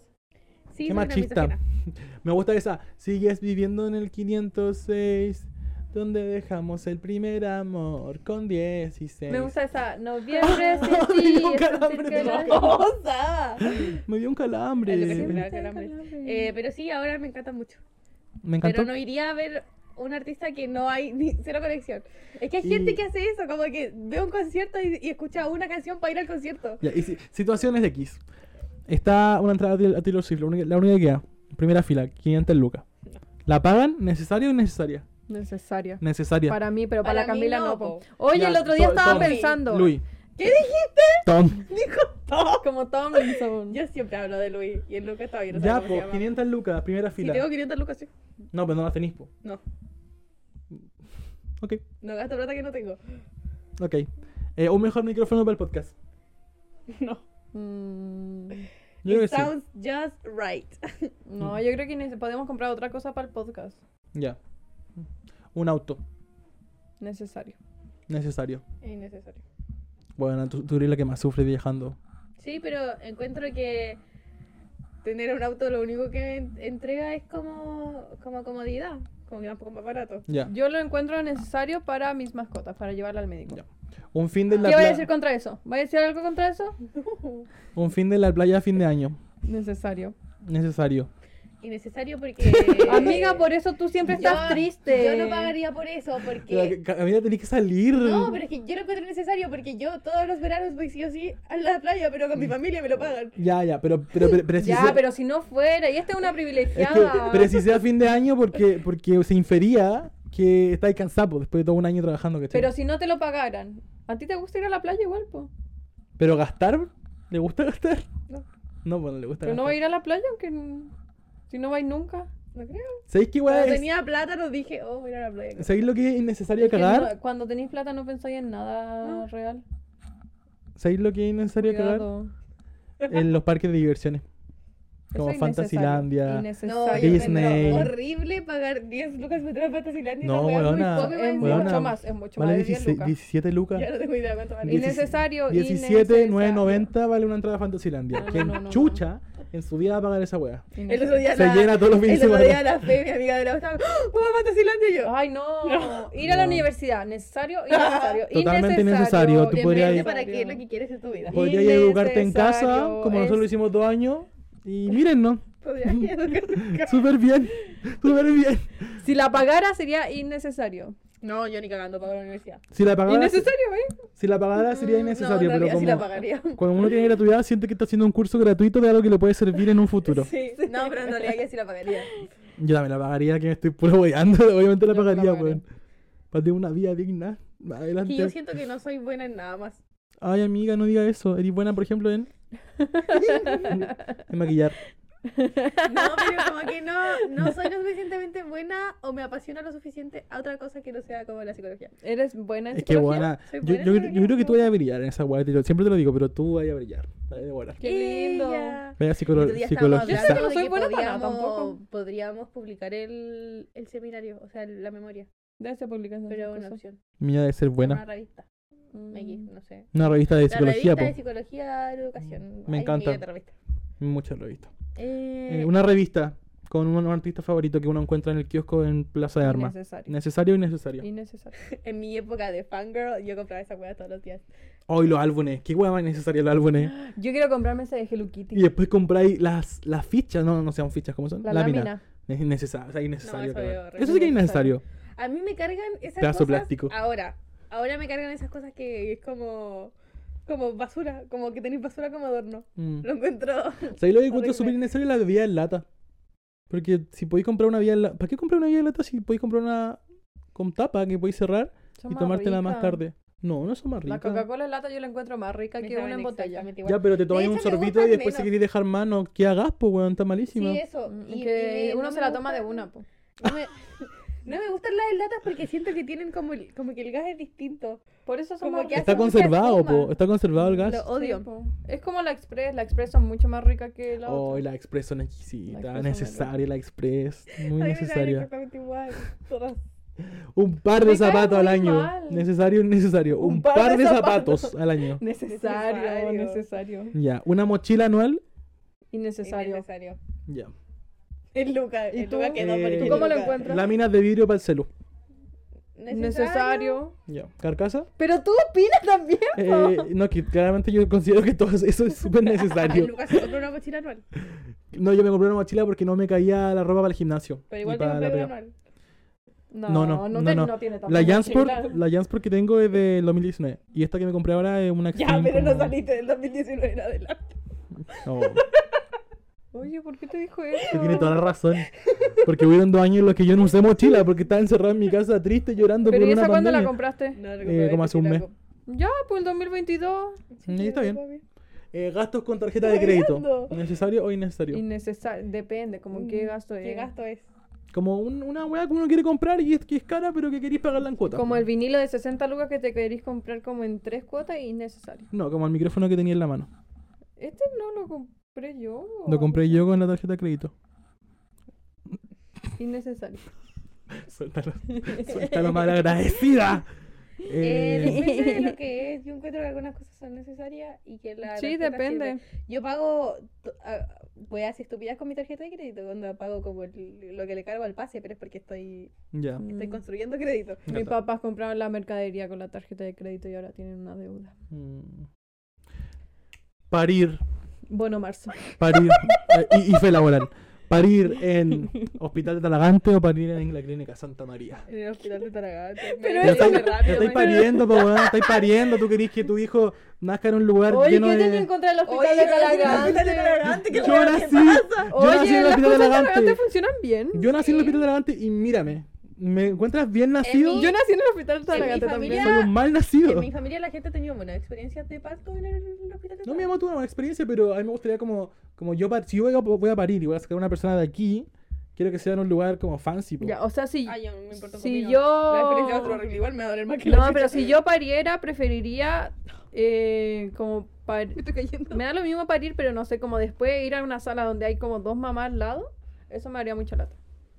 Qué Sí, soy una machista. misógina. Me gusta esa. Sigues viviendo en el 506, donde dejamos el primer amor con 16. Me gusta esa. Noviembre sin Me ti. dio un es un calambre, círculo- no. ¡Cosa! Me dio un Es lo que siempre calambre. hago, calambre. Eh, pero sí, ahora me encanta mucho. Me encantó. Pero no iría a ver un artista que no hay ni cero conexión. Es que hay gente Y- que hace eso, como que ve un concierto y, y escucha una canción para ir al concierto. Ya, y si- situaciones de X. Está una entrada de- a Taylor Swift, la única, la única que queda. Primera fila, 500 lucas. ¿La pagan? ¿Necesaria o innecesaria? Necesaria. Necesaria. Para mí, pero para, Para la mí Camila no, no. po. po. Oye, Ya, el otro día Tom- estaba Tom. pensando. Luis. ¿Qué dijiste? Tom. Como Tomlinson. Yo siempre hablo de Luis y el Lucas todavía no sabe Ya, cómo se pues, llama. 500 lucas, primera Si fila. tengo 500 lucas, sí. No, pero no las tenéis, po. No, Ok, no gasto plata que no tengo. ok. Eh, un mejor micrófono para el podcast. No. Mm, Yo creo que It sí. sounds just right. Mm. no, yo creo que nece- podemos comprar otra cosa para el podcast. Ya. Un auto. Necesario. Necesario. Es innecesario. Bueno, tú, tú eres la que más sufre viajando. Sí, pero encuentro que tener un auto lo único que en- entrega es como, como comodidad. Como que tampoco es más barato. Ya. Yo lo encuentro necesario para mis mascotas, para llevarla al médico. Ya. Un fin de la ¿Qué voy a pla- decir contra eso? ¿Voy a decir algo contra eso? un fin de la playa a fin de año. Necesario. Necesario. Innecesario porque. Amiga, por eso tú siempre estás Yo- triste. Yo no pagaría por eso porque. Pero, Ca- Camila, tenés que salir. No, pero es que yo lo encuentro necesario porque yo todos los veranos voy sí o sí a la playa, pero con mi familia me lo pagan. Ya, ya, pero, pero, pero, pero si Ya, se- pero si no fuera, y esta es una es que privilegiada. precisé a fin de año porque, porque se infería que estáis cansado después de todo un año trabajando. ¿cachai? Pero si no te lo pagaran. ¿A ti te gusta ir a la playa igual, po? ¿Pero gastar, ¿le gusta gastar? No. No, bueno, le gusta Pero no va a gastar. ir a la playa aunque n- si no vais nunca. No creo. ¿Sabéis qué, weá? Cuando es- tenía plata, nos dije, oh, voy a ir a la playa. ¿Sabéis lo que es innecesario Es que cagar? no- cuando tenéis plata no pensáis en nada No. real. ¿Sabéis lo que es innecesario Cuidado. cagar? En los parques de diversiones. Eso Como es innecesario, Fantasylandia. No, innecesario. yo Disney. encuentro horrible pagar 10 lucas por entrar a Fantasylandia. No, esa weá es muy weona, fome, Es weón. Weona, mucho más, es mucho Vale más de 10 16 lucas. 17 lucas. Ya no tengo idea cuánto vale. Dieci- Innecesario, 17, innecesario. 9.90 vale una entrada a Fantasylandia. No, no, ¿Quién no, no, no. chucha en su vida va a pagar esa weá? El otro día Se la- llena todos los fines El de otro día semana. la fe, mi amiga de la U, estaba, ¡Ah! ¡Vamos a Fantasylandia y Ah, yo! Ay, no. Ir a la No. universidad, necesario, innecesario. Totalmente innecesario, tú podrías Depende ir- para qué es lo que quieres en tu vida. Podría ir a educarte en casa, Innecesario, como nosotros es- lo hicimos dos años. Y miren, ¿no? Podrías ir a educarte en casa. Súper bien. Súper bien. Si la pagara sería innecesario. No, yo ni cagando pago la universidad. Si la pagara, Innecesario, ¿eh? si la pagara Ah, sería Mm, innecesario, no, en pero realidad como sí la pagaría. cuando uno tiene gratuidad siente que está haciendo un curso gratuito de algo que le puede servir en un futuro. Sí, no, pero en realidad yo sí la pagaría. Yo también la pagaría, que me estoy puro boyando. Obviamente la Yo no la pagaría, pagaría. weón. Para tener una vida digna. Adelante. Y yo siento que no soy buena en nada más. Ay, amiga, no diga eso. Eres buena, por ejemplo, en. en maquillar. No, pero como que no, no soy lo suficientemente buena o me apasiona lo suficiente a otra cosa que no sea como la psicología. Eres buena en Es que psicología? buena. Soy Yo, yo, buena en cre- yo psicología. creo que tú vas a brillar en esa weá. te lo- Siempre te lo digo, pero tú vas a brillar. Vas a devorar. Qué lindo. Ella. Vaya El psicolo otro día estábamos psicología. Yo hablando no soy de que buena para nada podríamos- tampoco. Podríamos publicar el, el seminario, o sea, la memoria, Debe ser publicación. Mm, pero una opción. Mía de ser buena. Una revista, X, no sé. Una revista de La psicología, revista po. de psicología, educación. Me Hay encanta. miles de revistas. Muchas revistas. Eh, Eh, una revista con un, un artista favorito que uno encuentra en el kiosco en Plaza de Armas. Innecesario. Necesario y necesario. Innecesario. En mi época de fangirl, yo compraba esa weá todos los días. Hoy los álbumes. Qué hueá más necesario los álbumes. Yo quiero comprarme ese de Hello Kitty. Y después compráis las, las fichas. No, no sean fichas, ¿cómo son? La lámina. Es innecesario. o sea, innecesario, eso cabrón. es horrible. eso sí que es innecesario. A mí me cargan esas Pedazo cosas. plástico. Ahora, ahora me cargan esas cosas que es como. Como basura, como que tenéis basura como adorno. Mm. Lo encuentro. ¿Sabéis lo que encuentro Horrible. súper innecesario? La bebida en lata. Porque si podéis comprar una bebida en lata. ¿Para qué comprar una bebida en lata si podéis comprar una con tapa que podéis cerrar Son y más tomártela más ricas. tarde? No, no son más La ricas. Coca-Cola en lata yo la encuentro más rica Me que una saben en botella. exactamente igual. Ya, pero te tomáis De un hecho, me sorbito y gustan después si menos. queréis dejar mano, ¿qué hagas, po, weón? Está malísima. Sí, eso. Mm, Y, que y me- uno no se me la toma de gustan- una, po. No me, No me gustan las latas porque siento que tienen como, el- como que el gas es distinto. Por eso son Como más que ricas. Está hace mucha conservado, espuma. po, está conservado el gas. Lo Sí, odio. po. Es como la express. La express son mucho más rica que la Oh, otra. la expreso La necesita, Expresso necesaria la express, muy A mí me saben necesaria. exactamente igual. Todas. Un par de Me cae zapatos al muy año, mal. necesario, necesario, un, par, de zapatos. al año. Necesario, Necesario. necesario. Ya, una mochila anual. Innecesario. Innecesario. Ya. El Luca, ¿Y el tú? Luca quedó Eh, porque ¿tú el cómo lo Luca. encuentras? Láminas de vidrio para el celu. Necesario. Ya. Carcasa. Pero tú opinas también. Eh, no, que claramente yo considero que todo eso es súper Ah, el necesario. Luca se compró una mochila anual. No, yo me compré una mochila porque no me caía la ropa para el gimnasio. Pero ni igual te para la compré una pega. anual. No, No, no, no, te- no. tiene tampoco La Jansport, similar. la Jansport que tengo es del 2019. Y esta que me compré ahora es una Ya, Extreme pero no como- saliste del 2019 en adelante. No, Oye, ¿por qué te dijo eso? que tiene toda la razón. Porque hubieron dos años en los que yo no usé mochila porque estaba encerrado en mi casa triste llorando Pero por ¿y una esa cuándo la pandemia. compraste? No, Eh, como hace un mes. Ya, pues el 2022. Y está bien. Eh, gastos con tarjeta de crédito. ¿Necesario o innecesario? Innecesario. Depende, como Mm, qué gasto es. ¿Qué gasto es? Como un- una weá que uno quiere comprar y es que es cara pero que queréis pagarla en cuotas. Como el vinilo de 60 lucas que te querís comprar como en tres cuotas, innecesario. No, como el micrófono que tenía en la mano. Este no lo compré yo. Lo compré yo con la tarjeta de crédito. Innecesario. Suéltalo. Suéltalo, malagradecida. Eh, Eh, depende de lo que es. Yo encuentro que algunas cosas son necesarias y que la. Sí, tarjeta depende. sirve. Yo pago to- ah, a- weas estúpidas con mi tarjeta de crédito cuando pago como el- lo que le cargo al pase, pero es porque estoy, ya. estoy Mm. construyendo crédito. Mis Gato. papás compraron la mercadería con la tarjeta de crédito y ahora tienen una deuda. Mm. Parir. Bueno, marzo. Parir. eh, y, y fe laboral. Parir en Hospital de Talagante o parir en la Clínica Santa María. En el hospital de Taragata. Pero eso Ya estáis, es ya estáis pariendo, po, weón. Estáis pariendo. Tú querís que tu hijo nazca en un lugar Oye, lleno ¿qué tenía en de. contra del hospital de Talagante? Yo nací. Yo nací en Oye, el las cosas Hospital de de Talagante Talagante. funcionan bien. Yo nací en el Hospital de Talagante y mírame. ¿Me encuentras bien nacido? Yo nací en el hospital de Talagante también. familia- Soy un mal nacido. En mi familia la gente ha tenido buenas experiencias de parto en el hospital de No, mi mamá tuvo una buena experiencia, pero a mí me gustaría como, como yo, par- si yo voy a, voy a parir y voy a sacar a una persona de aquí, quiero que sea en un lugar como fancy. po. Ya, o sea, si, Ah, yo no me importa un si comino. yo... La experiencia de otro horrible igual me va a doler más que la No, pero chucha. si yo pariera, preferiría eh, como par- Me estoy cayendo. Me da lo mismo parir, pero no sé, como después ir a una sala donde hay como dos mamás al lado, eso me haría mucha lata.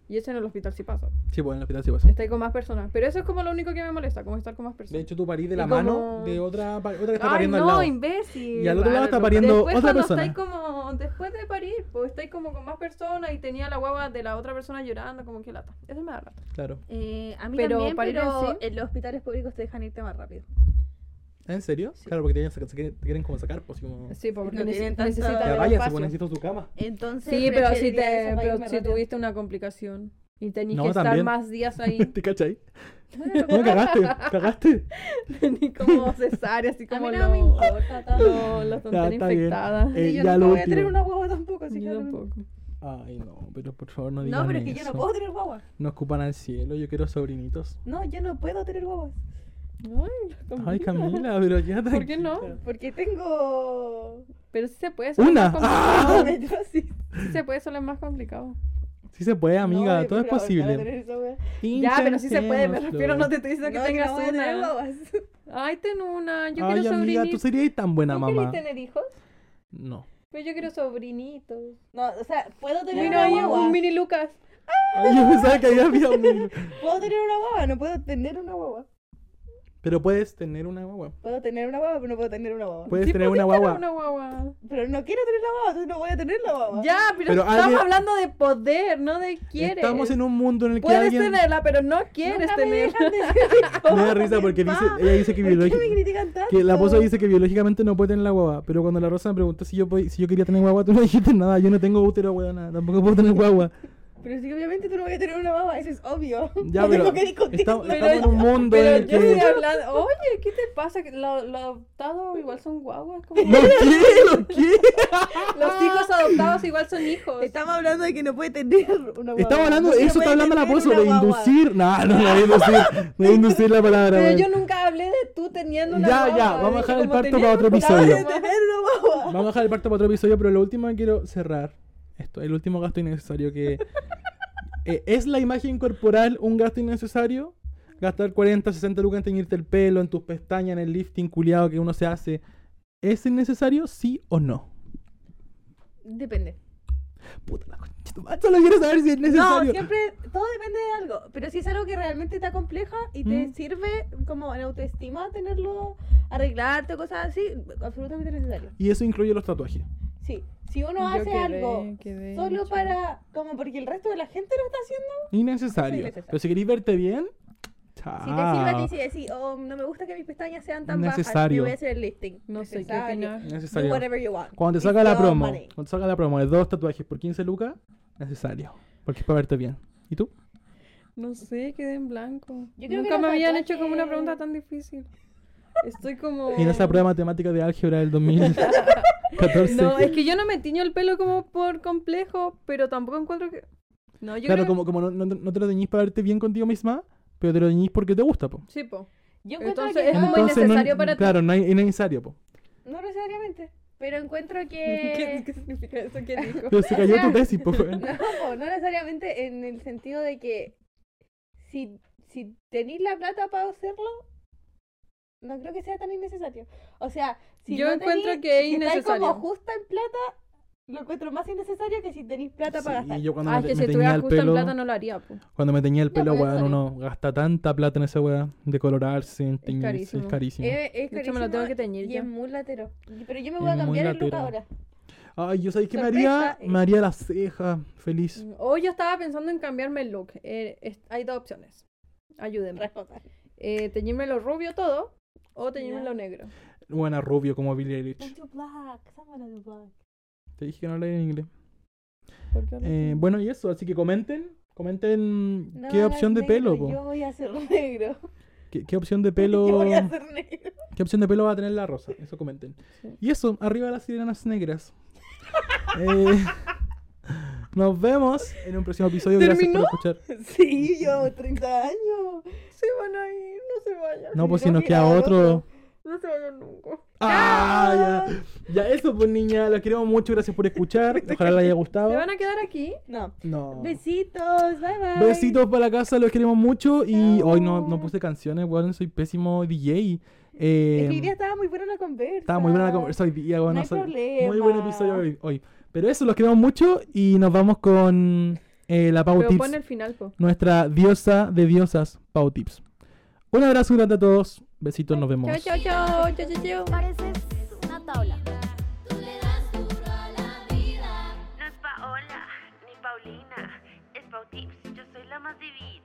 Y eso en el hospital sí pasa. Sí, pues en el hospital sí pasa. Estoy con más personas. Pero eso es como lo único que me molesta, como estar con más De personas. hecho, tú parís de Y la como- mano de otra, pa- otra que está Ay, pariendo al no, lado. imbécil. Y al otro lado está Claro. pariendo después otra cuando persona. Estáis como, después de parir, pues estáis como con más personas y tenía la guagua de la otra persona llorando, como que lata. Eso me da lata. Claro. Eh, a mí Pero también, parir en pero sí. en los hospitales públicos te dejan irte más rápido. ¿En serio? Claro, porque te, quieren sacar- se quieren, te quieren como sacar, pues como... Sí, porque No neces- tienen tanta- necesitan Ya Ya más vaya, se espacio. necesito su cama. Entonces, Sí, pero si, preferiría te, eso para pero irme si rápido. tuviste una complicación y tenías No, que estar también. más días ahí, ¿Te cachai? No, cagaste, cagaste. ni como cesárea, así A mí como no me lo, importa tanto. lo, la Ya, tontera está bien. infectada. Eh, Y yo ya no lo voy a último. tener una guagua tampoco, así que Yo no me- tampoco. Ay, no, pero por favor no digan No, pero es que yo no eso. puedo tener guagua. No escupan al cielo, yo quiero sobrinitos. No, yo no puedo tener guaguas. Ay, Ay, Camila. Camila, pero ya ¿Por qué no? tranquila. Porque tengo. Pero sí se puede, solo es ¡Una! más complicado. ¡Ah! endometriosis. Sí se puede, solo es más complicado. Sí se puede, amiga, No, todo es pero para posible. tener esa wea. Ya, pero sí se puede, me refiero, no te estoy No, diciendo yo que tengas no voy a tener una. guaguas. Ay, ten una, yo Ay, quiero amiga, tú sobrinitos. serías tan buena ¿Tú mamá. querés tener hijos? No. Pero yo quiero sobrinitos. No, o sea, puedo tener Mira, ahí una guagua. un mini Lucas. Ay, yo pensaba que había habido un- Puedo tener una guagua, no puedo tener una guagua. Pero puedes tener una guagua. Puedo tener una guagua, pero no puedo tener una guagua. Puedes Sí tener una pudiste guagua. Una guagua. Pero no quiero tener la guagua, entonces no voy a tener la guagua. Ya, pero, Pero estamos alguien- hablando de poder, no de quieres. Estamos en un mundo en el que Puedes alguien... tenerla, pero no quieres Nunca me tenerla. dejan decir Me da risa porque dice, ella dice que, ¿Por biológica qué me critican tanto? que la posa dice que biológicamente no puede tener la guagua, pero cuando la Rosa me preguntó si yo podí- si yo quería tener guagua, tú no dijiste nada, yo no tengo útero, weón, tampoco puedo tener guagua. Pero sí, obviamente tú no voy a tener una guagua, eso es obvio. Ya, no pero tengo que discutir. estamos, Pero estamos en un mundo en Pero el yo estoy que... hablando. Oye, ¿qué te pasa? Que Lo, lo adoptado igual son guaguas. como- ¿Lo qué? ¿Lo qué? Los hijos adoptados igual son hijos. Estamos hablando de que no puede tener una guagua. Estamos hablando, No se eso puede está hablando la tener pozo, una de guagua. inducir. No, no, no, de inducir, de inducir la palabra. Pero weón. yo nunca hablé de tú teniendo una Ya, ya, guagua. vamos a de dejar el cómo parto tenías para otro una episodio. guagua. Tener una guagua. Vamos a dejar el parto para otro episodio, pero lo último que quiero cerrar. Esto, el último gasto innecesario que. eh, ¿es la imagen corporal un gasto innecesario? Gastar 40, 60 lucas en teñirte el pelo, en tus pestañas, en el lifting culiado que uno se hace. ¿Es innecesario, sí o no? Depende. Puta la concha, tu madre, solo quiero saber si es necesario. No, siempre, todo depende de algo. Pero si es algo que realmente te compleja y te Mm. sirve como en autoestima tenerlo, arreglarte, cosas así, absolutamente necesario. Y eso incluye los tatuajes. Sí, si uno Yo hace quedé- algo quedé solo hecho. para, como porque el resto de la gente lo está haciendo, Innecesario. innecesario. Pero si queréis verte bien, chao. si te sirve a ti, si decís, oh, no me gusta que mis pestañas sean tan bajas, me Necesario. voy a hacer el lifting. No sé qué Necesario. opinar. Do Necesario. whatever you want. Cuando te It's saca la your promo, money. cuando te saca la promo de dos tatuajes por 15 lucas, necesario. Porque es para verte bien. ¿Y tú? No sé, quedé en blanco. Yo creo que Nunca me los habían hecho como una tatuajes- pregunta tan difícil. Estoy como... Y en esa prueba de matemática de álgebra del 2014. No, es que yo no me tiño el pelo como por complejo, pero tampoco encuentro que... No, yo claro, creo como, como no, no- no te lo teñís para verte bien contigo misma, pero te lo teñís porque te gusta, po. que... Sí, po. Yo encuentro Entonces, que es no, muy Entonces, no- necesario para ti. Claro, no hay- es necesario, po. no necesariamente, pero encuentro ¿Qué, que... qué significa eso que dijo? Pero se cayó tu tesis, po. weón. No, po, no necesariamente en el sentido de que si, si tenéis la plata para hacerlo, no creo que sea tan innecesario. O sea, si Yo no encuentro tenéis- que es si estáis innecesario. como justa en plata, lo encuentro más innecesario que si tenéis plata para Sí, gastar. yo cuando Ah, me, es que me si teñía estuviera el justo en pelo, plata no lo haría, po. cuando me teñía el No, pelo, pero weón, eso no. uno gasta tanta plata en esa weá, de colorarse, en teñirse, carísimo. es carísimo. Eh, es De hecho, me lo tengo carísimo que teñir y ya. es muy latero. Y- Pero yo me Es voy a cambiar muy el look latero. ahora. Ay, yo sabéis que me sorpresa, haría, eh. me haría la ceja, feliz. O Oh, yo estaba pensando en cambiarme el look. Eh, es- hay dos opciones. Ayúdenme. Responda. Eh, teñirme lo rubio todo o teñirme Ya. lo negro. Buena rubio como Billie Eilish. Do black, someone do black. Te dije que no hablé en inglés. ¿Por qué hablas Eh, así? bueno, y eso, así que comenten, comenten No qué hagas opción de negro, pelo, po. Yo voy a hacer negro. ¿Qué, qué opción de pelo, Yo voy a hacer negro. qué opción de pelo va a tener la rosa, eso comenten. Sí. Y eso, arriba las sirenas negras. Eh, nos vemos en un próximo episodio. ¿Terminó? Gracias por escuchar. Sí, yo, 30 años. Se van a ir, no se vayan. No, pues no si nos queda queda otro. otro. No se vayan nunca. Ah, ya. Ya, eso, pues niña, los queremos mucho, gracias por escuchar. Ojalá les haya gustado. ¿Se van a quedar aquí? No. No. Besitos, bye bye. Besitos para la casa, los queremos mucho. Y hoy no, no puse canciones, weón, soy pésimo DJ. Eh, Es que hoy día estaba muy buena la conversa. estaba muy buena la conversa hoy día, weón, No hay soy- Muy problema. buen episodio hoy, hoy. Pero eso, los queremos mucho y nos vamos con eh, la Pau Pero Tips, pon el final, po. nuestra diosa de diosas, Pau Tips. Un abrazo grande a todos, besitos, nos vemos. Chao, chao, chao, chao, chao, chao. Pareces una tabla. Tú le das duro a la vida. No es Paola, ni Paulina, es Pautips, yo soy la más divina.